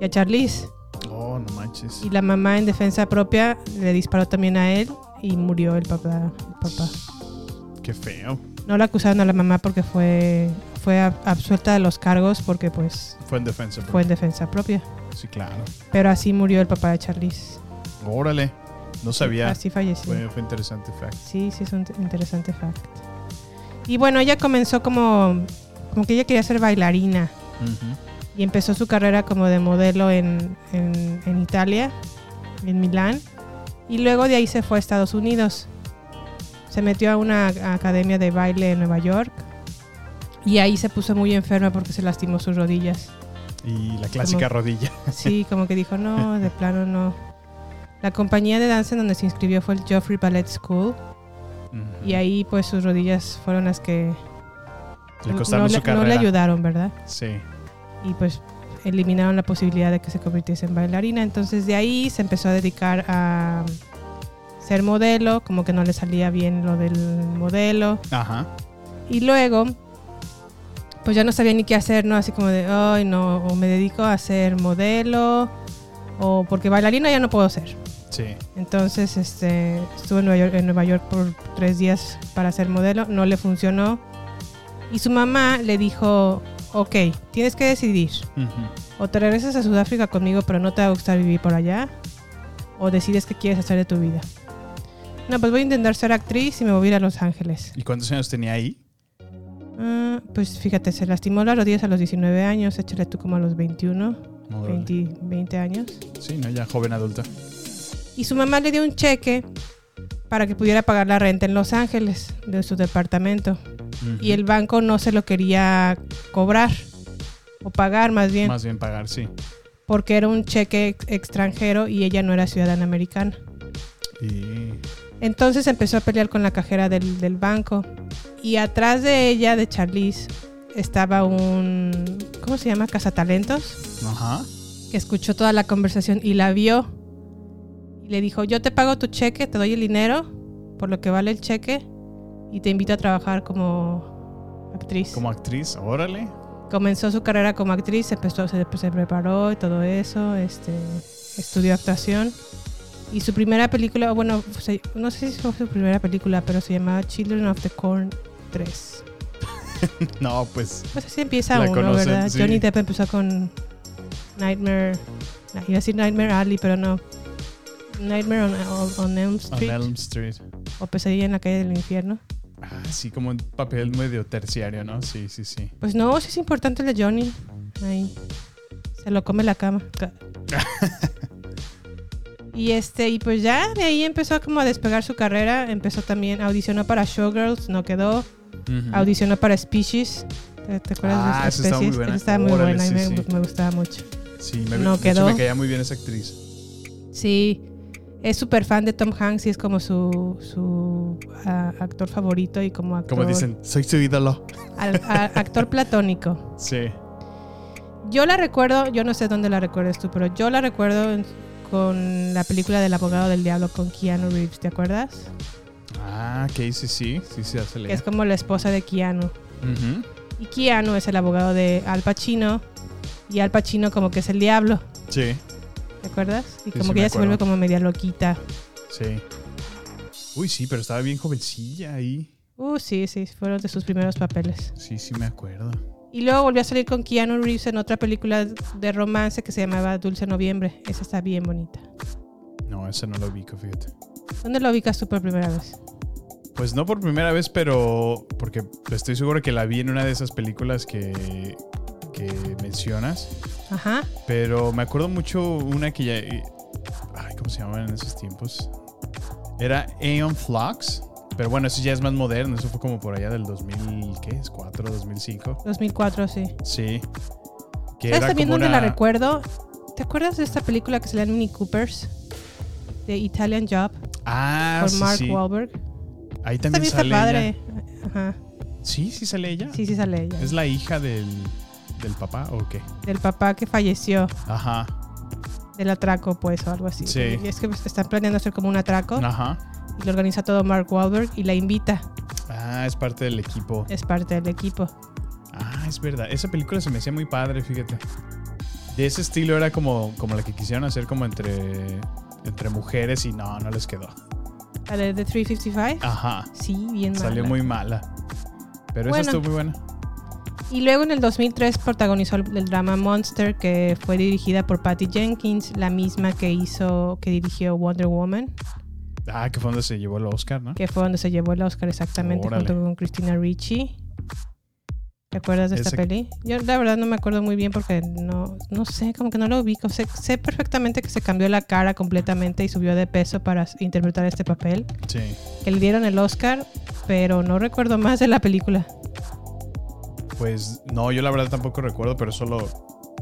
Speaker 2: y a Charlize.
Speaker 3: Oh, no manches.
Speaker 2: Y la mamá en defensa propia le disparó también a él y murió el papá. el papá.
Speaker 3: Qué feo.
Speaker 2: No la acusaron a la mamá porque fue, fue ab- absuelta de los cargos porque pues
Speaker 3: Fue en defensa propia.
Speaker 2: fue en defensa propia.
Speaker 3: Sí, claro.
Speaker 2: Pero así murió el papá de Charlize.
Speaker 3: Órale. No sabía.
Speaker 2: así falleció.
Speaker 3: Fue, fue interesante fact.
Speaker 2: Sí, sí, es un t- interesante fact. Y bueno, ella comenzó como, como que ella quería ser bailarina. y empezó su carrera como de modelo en, en- en Italia, en Milán, y luego de ahí se fue a Estados Unidos. Se metió a una academia de baile en Nueva York y ahí se puso muy enferma porque se lastimó sus rodillas.
Speaker 3: Y la clásica
Speaker 2: Como-
Speaker 3: rodilla.
Speaker 2: Sí, como que dijo, no, de plano no. La compañía de danza en donde se inscribió fue el Joffrey Ballet School y ahí pues sus rodillas fueron las que
Speaker 3: Le
Speaker 2: no-
Speaker 3: costaron
Speaker 2: no
Speaker 3: su
Speaker 2: le- no le
Speaker 3: carrera.
Speaker 2: ayudaron, ¿verdad?
Speaker 3: Sí.
Speaker 2: y pues eliminaron la posibilidad de que se convirtiese en bailarina. Entonces de ahí se empezó a dedicar a ser modelo, como que no le salía bien lo del modelo.
Speaker 3: Ajá.
Speaker 2: Y luego, pues ya no sabía ni qué hacer, ¿no? Así como de, ay, no, o me dedico a ser modelo, o porque bailarina ya no puedo ser.
Speaker 3: Sí.
Speaker 2: Entonces este, estuve en Nueva, York, en Nueva York por tres días para ser modelo, no le funcionó. Y su mamá le dijo, ok, tienes que decidir, o te regresas a Sudáfrica conmigo pero no te va a gustar vivir por allá, o decides qué quieres hacer de tu vida. No, pues voy a intentar ser actriz y me voy a ir a Los Ángeles.
Speaker 3: ¿Y cuántos años tenía ahí?
Speaker 2: Ah, pues fíjate, se lastimó las rodillas a los 19 años, échale tú como a los 21,
Speaker 3: Órale.
Speaker 2: 20, 20 años.
Speaker 3: Sí, ¿no? Ya joven adulta.
Speaker 2: y su mamá le dio un cheque para que pudiera pagar la renta en Los Ángeles de su departamento.
Speaker 3: Ujú.
Speaker 2: Y el banco no se lo quería cobrar o pagar más bien,
Speaker 3: Más bien pagar, sí.
Speaker 2: porque era un cheque ex- extranjero y ella no era ciudadana americana.
Speaker 3: Y...
Speaker 2: Entonces empezó a pelear con la cajera del, del banco y atrás de ella, de Charlize, estaba un, ¿cómo se llama? Cazatalentos.
Speaker 3: Ajá.
Speaker 2: que escuchó toda la conversación y la vio. Y le dijo, yo te pago tu cheque, te doy el dinero, por lo que vale el cheque, y te invito a trabajar como actriz.
Speaker 3: Como actriz, órale.
Speaker 2: Comenzó su carrera como actriz, se, empezó- se, pues, se preparó y todo eso, este, estudió actuación. Y su primera película, bueno, se- no sé si fue su primera película, pero se llamaba Children of the Corn 3.
Speaker 3: No, pues.
Speaker 2: Pues así empieza
Speaker 3: La
Speaker 2: uno,
Speaker 3: conocen,
Speaker 2: ¿verdad?
Speaker 3: sí.
Speaker 2: Johnny Depp empezó con Nightmare. no, Iba a decir Nightmare Alley, pero no. Nightmare on, on- on Elm
Speaker 3: On
Speaker 2: Street.
Speaker 3: Elm Street.
Speaker 2: O Pesadilla en la calle del infierno.
Speaker 3: Así como un papel medio terciario, ¿no? Sí, sí, sí.
Speaker 2: Pues no, sí es importante el de Johnny. Ahí. Se lo come la cama.
Speaker 3: (laughs)
Speaker 2: Ca- y este, y pues ya de ahí empezó como a despegar su carrera. Empezó también, audicionó para Showgirls, no quedó.
Speaker 3: Ujú.
Speaker 2: Audicionó para Species. ¿Te, te acuerdas
Speaker 3: Mm. Ah,
Speaker 2: de
Speaker 3: esa estaba muy
Speaker 2: Species?
Speaker 3: buena.
Speaker 2: Esa estaba muy
Speaker 3: Órale,
Speaker 2: buena y
Speaker 3: sí,
Speaker 2: me,
Speaker 3: sí.
Speaker 2: me gustaba mucho.
Speaker 3: Sí, me,
Speaker 2: No
Speaker 3: de hecho,
Speaker 2: quedó.
Speaker 3: me caía muy bien esa actriz.
Speaker 2: Sí, es súper fan de Tom Hanks y es como su, su ah, actor favorito y como actor,
Speaker 3: Como dicen, soy su ídolo.
Speaker 2: al- a- actor platónico.
Speaker 3: Sí.
Speaker 2: Yo la recuerdo, yo no sé dónde la recuerdes tú, pero yo la recuerdo en- con la película del abogado del diablo con Keanu Reeves, ¿te acuerdas?
Speaker 3: Ah, ok, sí, sí. Sí, sí, hace
Speaker 2: Que es como la esposa de Keanu.
Speaker 3: Ujú.
Speaker 2: Y Keanu es el abogado de Al Pacino y Al Pacino como que es el diablo,
Speaker 3: Sí,
Speaker 2: ¿te acuerdas? Y
Speaker 3: Sí,
Speaker 2: como
Speaker 3: sí,
Speaker 2: que
Speaker 3: me
Speaker 2: ella se vuelve
Speaker 3: acuerdo.
Speaker 2: como media loquita.
Speaker 3: sí. Uy, sí, pero estaba bien jovencilla ahí.
Speaker 2: Uh, sí, sí, fueron de sus primeros papeles.
Speaker 3: Sí, sí, me acuerdo.
Speaker 2: Y luego volvió a salir con Keanu Reeves en otra película de romance que se llamaba Dulce Noviembre. Esa está bien bonita.
Speaker 3: No, esa no la ubico, fíjate.
Speaker 2: ¿Dónde la ubicas tú por primera vez?
Speaker 3: Pues no por primera vez, pero porque estoy seguro que la vi en una de esas películas que, que que mencionas.
Speaker 2: Ajá.
Speaker 3: Pero me acuerdo mucho una que ya. eh, Ay, ¿cómo se llamaban en esos tiempos? Era Aeon Flux. Pero bueno, eso ya es más moderno. Eso fue como por allá del 2000, ¿qué es? ¿4, 2005?
Speaker 2: 2004, sí.
Speaker 3: Sí. Que
Speaker 2: ¿Sabes
Speaker 3: era
Speaker 2: también
Speaker 3: como
Speaker 2: dónde
Speaker 3: una-
Speaker 2: la recuerdo? ¿Te acuerdas de esta película que se llama Mini Coopers? De Italian Job.
Speaker 3: Ah,
Speaker 2: Por
Speaker 3: sí,
Speaker 2: Mark
Speaker 3: sí.
Speaker 2: Wahlberg.
Speaker 3: Ahí
Speaker 2: Esta
Speaker 3: también
Speaker 2: está
Speaker 3: sale
Speaker 2: padre.
Speaker 3: ella.
Speaker 2: Ajá.
Speaker 3: Sí, sí sale ella.
Speaker 2: Sí, sí sale ella.
Speaker 3: ¿Es la hija del, del papá o qué?
Speaker 2: Del papá que falleció.
Speaker 3: Ajá.
Speaker 2: Del atraco, pues, o algo así.
Speaker 3: Sí.
Speaker 2: Y es que están planeando hacer como un atraco.
Speaker 3: Ajá.
Speaker 2: Y lo organiza todo Mark Wahlberg y la invita.
Speaker 3: Ah, es parte del equipo.
Speaker 2: Es parte del equipo.
Speaker 3: Ah, es verdad. Esa película se me hacía muy padre, fíjate. De ese estilo era como, como la que quisieron hacer como entre, entre mujeres y no, no les quedó.
Speaker 2: La de The 355.
Speaker 3: Ajá.
Speaker 2: Sí, bien mala.
Speaker 3: Salió muy mala. Pero
Speaker 2: Bueno.
Speaker 3: esa estuvo muy buena.
Speaker 2: Y luego en el 2003 protagonizó el, el drama Monster, que fue dirigida por Patty Jenkins, la misma que hizo, que dirigió Wonder Woman,
Speaker 3: Ah, que fue donde se llevó el Oscar, ¿no?
Speaker 2: que fue donde se llevó el Oscar exactamente
Speaker 3: Órale.
Speaker 2: junto con Christina Ricci. ¿Te acuerdas de esta
Speaker 3: Ese-
Speaker 2: peli? Yo la verdad no me acuerdo muy bien porque no, no sé, como que no lo ubico. Sé, sé perfectamente que se cambió la cara completamente y subió de peso para s- interpretar este papel.
Speaker 3: Sí.
Speaker 2: Que le dieron el Oscar, pero no recuerdo más de la película.
Speaker 3: Pues no, yo la verdad tampoco recuerdo, pero solo,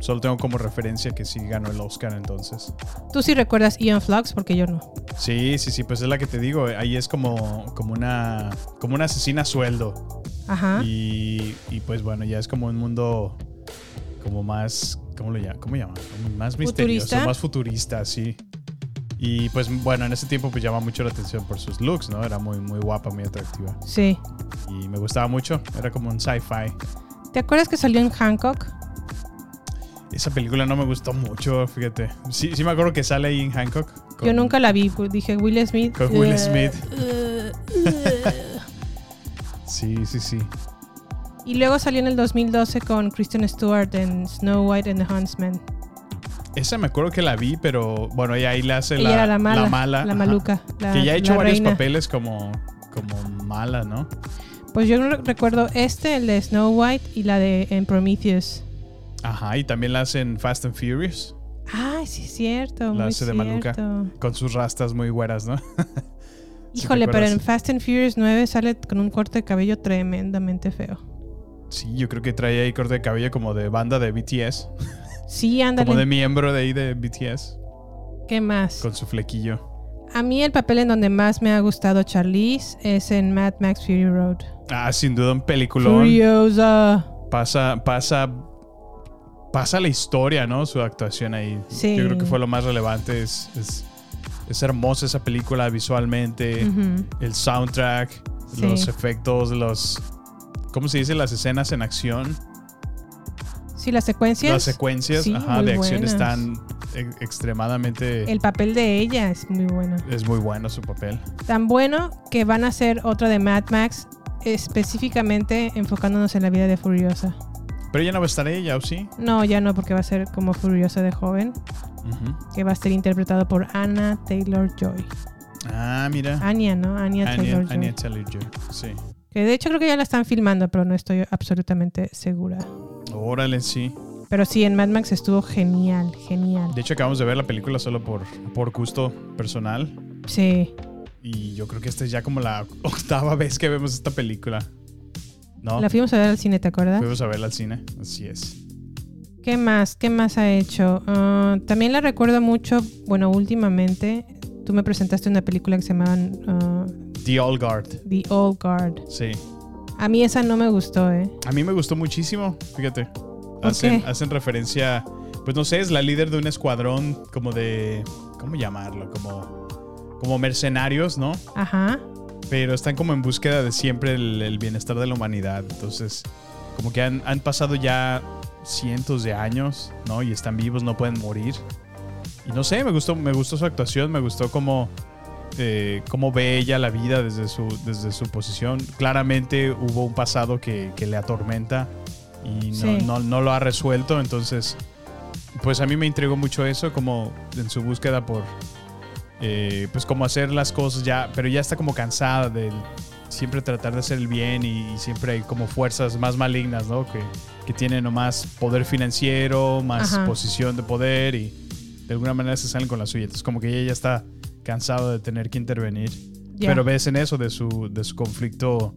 Speaker 3: solo tengo como referencia que sí ganó el Oscar entonces.
Speaker 2: Tú sí recuerdas Ian Flux porque yo no.
Speaker 3: Sí, sí, sí, pues es la que te digo. Ahí es como, como una como una asesina a sueldo.
Speaker 2: Ajá.
Speaker 3: Y, y, pues bueno, ya es como un mundo como más, ¿cómo lo llama? ¿Cómo llama? Más misterioso,
Speaker 2: ¿Futurista?
Speaker 3: más futurista, sí. Y pues bueno, en ese tiempo pues llamaba mucho la atención por sus looks, ¿no? Era muy, muy guapa, muy atractiva.
Speaker 2: Sí.
Speaker 3: Y me gustaba mucho, era como un sci-fi.
Speaker 2: ¿Te acuerdas que salió en Hancock?
Speaker 3: Esa película no me gustó mucho, fíjate. Sí, sí me acuerdo que sale ahí en Hancock. con-
Speaker 2: Yo nunca la vi, pues, dije Will Smith.
Speaker 3: con Will
Speaker 2: eh,
Speaker 3: Smith.
Speaker 2: eh, eh.
Speaker 3: Sí, sí, sí.
Speaker 2: y luego salió en el 2012 con Kristen Stewart en Snow White and the Huntsman.
Speaker 3: Esa me acuerdo que la vi, pero bueno, ella ahí la hace
Speaker 2: Ella
Speaker 3: la,
Speaker 2: era la mala,
Speaker 3: mala,
Speaker 2: la
Speaker 3: ajá.
Speaker 2: maluca, la-
Speaker 3: que ya ha hecho
Speaker 2: la
Speaker 3: varios
Speaker 2: reina.
Speaker 3: papeles como, como mala, ¿no?
Speaker 2: Pues yo re- recuerdo este, el de Snow White y la de en Prometheus.
Speaker 3: Ajá, y también la hace en Fast and Furious.
Speaker 2: Ay, sí es cierto,
Speaker 3: La
Speaker 2: Oh, muy
Speaker 3: hace de maluca.
Speaker 2: cierto.
Speaker 3: Con sus rastas muy güeras, ¿no? (laughs) ¿Sí te
Speaker 2: Híjole, pero
Speaker 3: acuerdas?
Speaker 2: en Fast and Furious 9 sale con un corte de cabello tremendamente feo.
Speaker 3: Sí, yo creo que traía ahí corte de cabello como de banda de BTS.
Speaker 2: Sí,
Speaker 3: Como de
Speaker 2: ándale.
Speaker 3: miembro de ahí de BTS.
Speaker 2: ¿Qué más?
Speaker 3: Con su flequillo.
Speaker 2: A mí el papel en donde más me ha gustado Charlize es en Mad Max Fury Road.
Speaker 3: Ah, sin duda un peliculón.
Speaker 2: Furiosa.
Speaker 3: Pasa, pasa, pasa la historia, ¿no? Su actuación ahí.
Speaker 2: Sí.
Speaker 3: Yo creo que fue lo más relevante. Es, es, es hermosa esa película visualmente.
Speaker 2: Ujú.
Speaker 3: El soundtrack,
Speaker 2: Sí.
Speaker 3: los efectos, los. ¿Cómo se dice? Las escenas en acción.
Speaker 2: Sí, las secuencias.
Speaker 3: Las secuencias
Speaker 2: Sí,
Speaker 3: ajá,
Speaker 2: muy
Speaker 3: de acción
Speaker 2: buenas.
Speaker 3: están e- extremadamente.
Speaker 2: El papel de ella es muy bueno.
Speaker 3: es muy bueno su papel.
Speaker 2: Tan bueno que van a hacer otra de Mad Max, específicamente enfocándonos en la vida de Furiosa.
Speaker 3: Pero ya no va a estar ella, ¿o sí?
Speaker 2: No, ya no, porque va a ser como Furiosa de joven,
Speaker 3: Ujú.
Speaker 2: que va a ser interpretado por Anna Taylor Joy.
Speaker 3: Ah, mira.
Speaker 2: Anya, ¿no? Anya Taylor Joy.
Speaker 3: Anya Taylor-Joy, Sí.
Speaker 2: Que de hecho creo que ya la están filmando, pero no estoy absolutamente segura.
Speaker 3: Órale, sí.
Speaker 2: Pero sí, en Mad Max estuvo genial, genial.
Speaker 3: De hecho, acabamos de ver la película solo por, por gusto personal.
Speaker 2: Sí.
Speaker 3: Y yo creo que esta es ya como la (laughs) octava vez que vemos esta película. ¿No?
Speaker 2: La fuimos a ver al cine, ¿te acuerdas?
Speaker 3: Fuimos a verla al cine. Así es.
Speaker 2: ¿Qué más? ¿Qué más ha hecho? Ah, también la recuerdo mucho, bueno, últimamente tú me presentaste una película que se llamaba ah,
Speaker 3: The All Guard.
Speaker 2: The Old Guard.
Speaker 3: Sí.
Speaker 2: A mí esa no me gustó, ¿eh?
Speaker 3: A mí me gustó muchísimo, fíjate. Hacen,
Speaker 2: qué?
Speaker 3: hacen referencia, pues no sé, es la líder de un escuadrón como de, ¿cómo llamarlo? Como, como mercenarios, ¿no?
Speaker 2: Ajá.
Speaker 3: Pero están como en búsqueda de siempre el, el bienestar de la humanidad. Entonces, como que han, han pasado ya cientos de años, ¿no? Y están vivos, no pueden morir. Y no sé, me gustó, me gustó su actuación, me gustó cómo, eh, cómo ve ella la vida desde su, desde su posición. Claramente hubo un pasado que, que le atormenta y no,
Speaker 2: Sí.
Speaker 3: no- no lo ha resuelto. Entonces, pues a mí me intrigó mucho eso, como en su búsqueda por, eh, pues como hacer las cosas ya, pero ya está como cansada del, siempre tratar de hacer el bien y, y siempre hay como fuerzas más malignas, ¿no? Que, que tienen nomás poder financiero, más
Speaker 2: Ajá.
Speaker 3: posición de poder y de alguna manera se salen con la suya. Entonces como que ella ya está cansada de tener que intervenir.
Speaker 2: Ya.
Speaker 3: Pero ves en eso de su, de su conflicto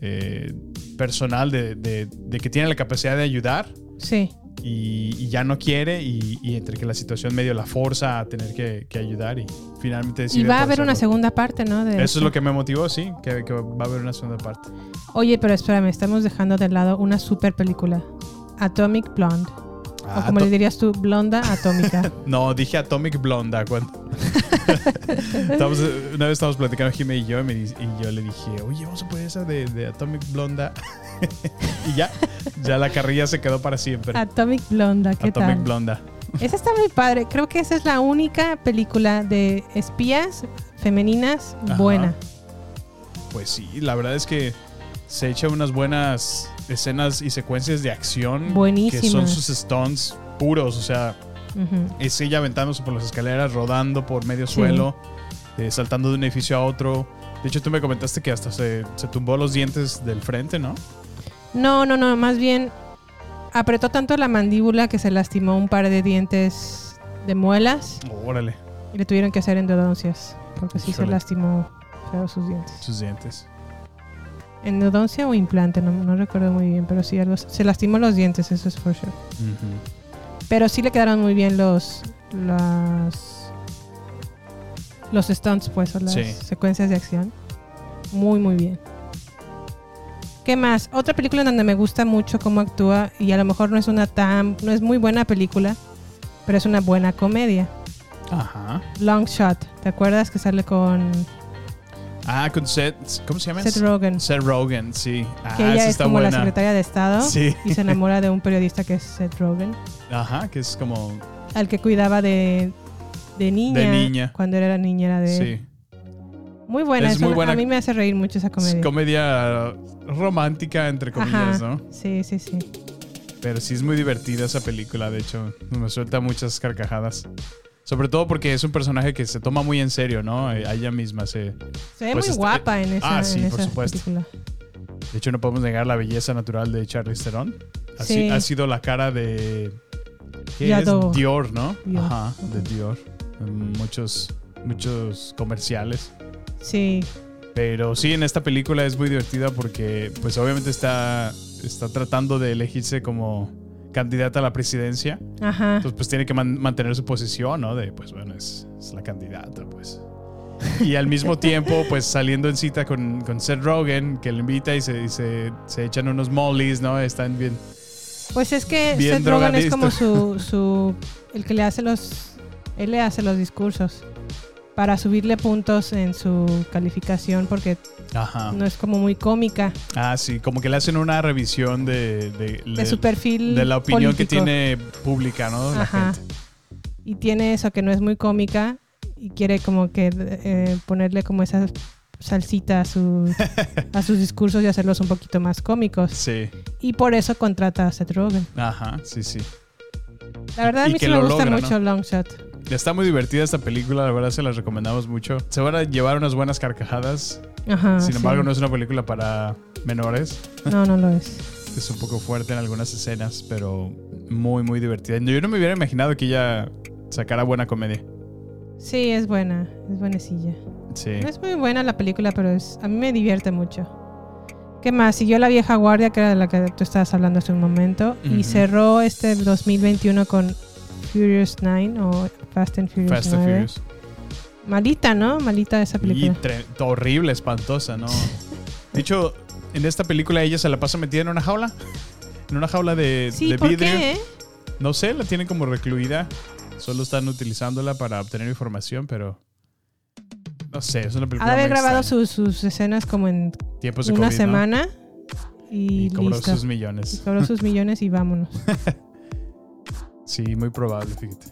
Speaker 3: eh, personal, de, de- de que tiene la capacidad de ayudar,
Speaker 2: Sí.
Speaker 3: y, y ya no quiere y, y entre que la situación medio la forza a tener que, que ayudar y finalmente decide
Speaker 2: Y va a haber una
Speaker 3: forzarlo.
Speaker 2: segunda parte, ¿no? De
Speaker 3: Eso es lo que me motivó, sí, que, que va a haber una segunda parte.
Speaker 2: Oye, pero espérame, estamos dejando de lado una super película. Atomic Blonde.
Speaker 3: Ah,
Speaker 2: o como
Speaker 3: to-
Speaker 2: le dirías tú, Blonda
Speaker 3: (laughs)
Speaker 2: Atómica.
Speaker 3: No, dije Atomic
Speaker 2: (laughs)
Speaker 3: Blonda cuando... Estábamos- una vez estábamos platicando Jimmy y yo y, me di- y yo le dije, oye, vamos a poner esa de, de Atomic Blonda. (laughs) y ya, ya la carrilla se quedó para siempre.
Speaker 2: Atomic Blonda, Ah, ¿qué
Speaker 3: Atomic
Speaker 2: tal?
Speaker 3: Blonda.
Speaker 2: Esa está muy padre. Creo que esa es la única película de espías femeninas
Speaker 3: Ajá.
Speaker 2: buena.
Speaker 3: Pues sí, la verdad es que se echa unas buenas escenas y secuencias de acción. Que son
Speaker 2: Buenísimas.
Speaker 3: sus stunts puros, o sea,
Speaker 2: Ujú.
Speaker 3: es ella aventándose por las escaleras, rodando por medio
Speaker 2: Sí.
Speaker 3: suelo, eh, saltando de un edificio a otro. De hecho, tú me comentaste que hasta se, se tumbó los dientes del frente, ¿no?
Speaker 2: No, no, no, más bien apretó tanto la mandíbula que se lastimó un par de dientes de muelas
Speaker 3: Órale,
Speaker 2: y le tuvieron que hacer endodoncias porque sí se
Speaker 3: Híjole.
Speaker 2: lastimó feo sus dientes.
Speaker 3: sus dientes.
Speaker 2: Endodoncia o implante, no, no recuerdo muy bien, pero sí algo. Se lastimó los dientes, eso es for sure.
Speaker 3: Ujú.
Speaker 2: Pero sí le quedaron muy bien los. Las, los stunts, pues, o las
Speaker 3: Sí.
Speaker 2: secuencias de acción. Muy, muy bien. ¿Qué más? Otra película en donde me gusta mucho cómo actúa y a lo mejor no es una tan. No es muy buena película, pero es una buena comedia.
Speaker 3: Ajá.
Speaker 2: Long Shot, ¿te acuerdas que sale con.
Speaker 3: Ah, con Seth. ¿Cómo se llama?
Speaker 2: Seth Rogen.
Speaker 3: Seth Rogen, sí. Ah,
Speaker 2: Que ella
Speaker 3: esa
Speaker 2: es
Speaker 3: está
Speaker 2: como la
Speaker 3: buena.
Speaker 2: secretaria de Estado
Speaker 3: Sí.
Speaker 2: y se enamora de un periodista que es Seth Rogen.
Speaker 3: Ajá, que es como.
Speaker 2: al que cuidaba de, de niña,
Speaker 3: De niña.
Speaker 2: cuando era la niñera de él.
Speaker 3: Sí.
Speaker 2: Muy buena,
Speaker 3: Es
Speaker 2: eso
Speaker 3: muy buena.
Speaker 2: a mí me hace reír mucho esa comedia.
Speaker 3: Es comedia romántica, entre comillas,
Speaker 2: Ajá,
Speaker 3: ¿no?
Speaker 2: Sí, sí, sí.
Speaker 3: Pero sí es muy divertida esa película, de hecho, me suelta muchas carcajadas. Sobre todo porque es un personaje que se toma muy en serio, ¿no? Eh, A ella misma se...
Speaker 2: Se ve
Speaker 3: pues,
Speaker 2: muy
Speaker 3: está-
Speaker 2: guapa en esa,
Speaker 3: Ah, sí,
Speaker 2: en
Speaker 3: por
Speaker 2: esa
Speaker 3: supuesto.
Speaker 2: película.
Speaker 3: De hecho, no podemos negar la belleza natural de Charlize Theron. Ha, si-
Speaker 2: Sí.
Speaker 3: ha sido la cara de... ¿Qué
Speaker 2: Yador.
Speaker 3: es? Dior, ¿no?
Speaker 2: Dior,
Speaker 3: Ajá, de Dior. En Muchos, muchos comerciales.
Speaker 2: Sí,
Speaker 3: Pero sí, en esta película es muy divertida porque, pues obviamente está, está tratando de elegirse como candidata a la presidencia.
Speaker 2: Ajá.
Speaker 3: Entonces, pues tiene que man- mantener su posición, ¿no? De, pues bueno, es, es la candidata, pues. Y al mismo tiempo, pues saliendo en cita con, con Seth Rogen, que le invita y se, y se, se echan unos mollies, ¿no? Están bien.
Speaker 2: Pues es que
Speaker 3: Bien
Speaker 2: Seth Rogen es
Speaker 3: drogadicto.
Speaker 2: como su, su el que le hace los él le hace los discursos para subirle puntos en su calificación porque
Speaker 3: Ajá.
Speaker 2: no es como muy cómica.
Speaker 3: Ah, sí, como que le hacen una revisión de, de,
Speaker 2: De su perfil
Speaker 3: De la opinión que
Speaker 2: político.
Speaker 3: tiene pública, ¿no? La
Speaker 2: Ajá.
Speaker 3: gente.
Speaker 2: Y tiene eso que no es muy cómica y quiere como que eh, ponerle como esa salsita a,
Speaker 3: (laughs)
Speaker 2: sus- a sus discursos y hacerlos un poquito más cómicos.
Speaker 3: Sí.
Speaker 2: Y por eso contrata a Seth Rogen.
Speaker 3: Ajá, sí, sí.
Speaker 2: La verdad a
Speaker 3: Y
Speaker 2: mí
Speaker 3: que
Speaker 2: sí me
Speaker 3: lo
Speaker 2: gusta
Speaker 3: logra,
Speaker 2: mucho
Speaker 3: ¿no?
Speaker 2: Longshot.
Speaker 3: Está muy divertida esta película, la verdad se las recomendamos mucho. Se van a llevar unas buenas carcajadas.
Speaker 2: Ajá,
Speaker 3: Sin
Speaker 2: Ah, sí.
Speaker 3: embargo, no es una película para menores.
Speaker 2: No, no lo es.
Speaker 3: Es un poco fuerte en algunas escenas, pero muy, muy divertida. Yo no me hubiera imaginado que ella sacara buena comedia.
Speaker 2: Sí, es buena, es buenecilla.
Speaker 3: Sí.
Speaker 2: No es muy buena la película, pero es, a mí me divierte mucho. ¿Qué más? Siguió La Vieja Guardia, que era de la que tú estabas hablando hace un momento,
Speaker 3: Ujú.
Speaker 2: y cerró este 2021 con Furious 9 o Fast and Furious
Speaker 3: Fast and
Speaker 2: 9.
Speaker 3: Furious.
Speaker 2: Malita, ¿no? Malita esa
Speaker 3: Y
Speaker 2: ¿eh? película.
Speaker 3: tre- horrible, espantosa, ¿no? De hecho, en esta película ella se la pasa metida en una jaula. En una jaula de,
Speaker 2: Sí,
Speaker 3: de
Speaker 2: ¿por
Speaker 3: vidrio.
Speaker 2: qué? eh?
Speaker 3: No sé, la tienen como recluida. Solo están utilizándola para obtener información, pero. No sé, es una
Speaker 2: Ha
Speaker 3: película.
Speaker 2: de haber
Speaker 3: muy
Speaker 2: grabado
Speaker 3: extraña.
Speaker 2: sus, sus escenas como en
Speaker 3: Tiempos Pues de
Speaker 2: una
Speaker 3: COVID, ¿no?
Speaker 2: semana y,
Speaker 3: Y cobró
Speaker 2: listo.
Speaker 3: sus millones.
Speaker 2: Y cobró sus millones y vámonos.
Speaker 3: Sí, muy probable, fíjate.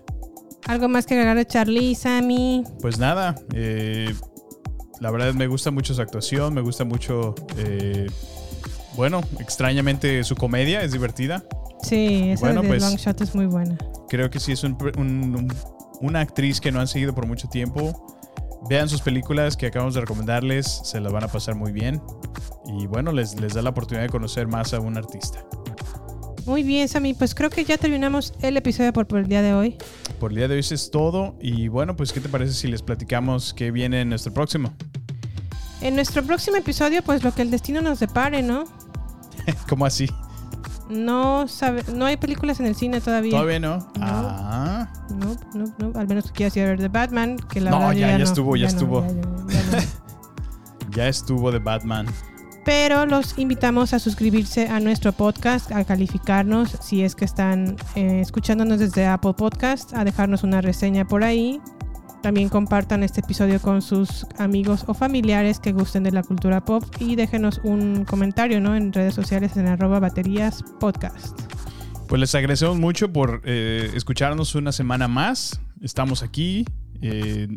Speaker 2: Algo más que agregar de Charlie, Sammy.
Speaker 3: Pues nada, eh, la verdad me gusta mucho su actuación, me gusta mucho, eh, bueno, extrañamente su comedia, es divertida.
Speaker 2: Sí, esa
Speaker 3: Bueno,
Speaker 2: de
Speaker 3: pues-
Speaker 2: Long Shot es muy buena.
Speaker 3: Creo que sí es un- un- un- una actriz que no han seguido por mucho tiempo, Vean sus películas que acabamos de recomendarles, se las van a pasar muy bien. Y bueno, les, les da la oportunidad de conocer más a un artista.
Speaker 2: Muy bien, Sammy. Pues creo que ya terminamos el episodio por, por el día de hoy.
Speaker 3: Por el día de hoy eso es todo. Y bueno, pues ¿qué te parece si les platicamos qué viene en nuestro próximo? (laughs)
Speaker 2: En nuestro próximo episodio, pues lo que el destino nos depare, ¿no?
Speaker 3: ¿Cómo así?
Speaker 2: No sabe, no hay películas en el cine todavía.
Speaker 3: Todavía no. Ah.
Speaker 2: No, no, no. Al menos tú quieras ir a ver The Batman, que la
Speaker 3: No,
Speaker 2: verdad yo
Speaker 3: ya- ya
Speaker 2: no,
Speaker 3: estuvo, ya
Speaker 2: no,
Speaker 3: estuvo.
Speaker 2: ya no, ya no.
Speaker 3: Ya estuvo de Batman.
Speaker 2: Pero los invitamos a suscribirse a nuestro podcast, a calificarnos si es que están eh, escuchándonos desde Apple Podcast, a dejarnos una reseña por ahí. También compartan este episodio con sus amigos o familiares que gusten de la cultura pop y déjenos un comentario ¿no? en redes sociales en arroba baterías podcast.
Speaker 3: Pues les agradecemos mucho por eh, escucharnos una semana más. Estamos aquí. eh,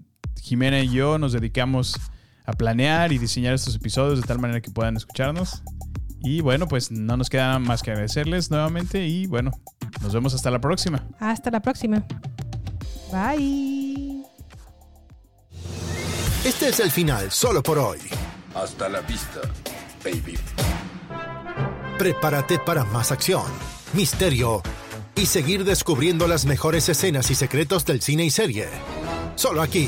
Speaker 3: Jimena y yo nos dedicamos a planear y diseñar estos episodios de tal manera que puedan escucharnos. Y bueno, pues no nos queda más que agradecerles nuevamente y bueno, nos vemos hasta la próxima.
Speaker 2: Hasta la próxima. Bye.
Speaker 1: Este es el final, solo por hoy.
Speaker 13: Hasta la vista, baby.
Speaker 1: Prepárate para más acción, misterio y seguir descubriendo las mejores escenas y secretos del cine y serie. Solo aquí.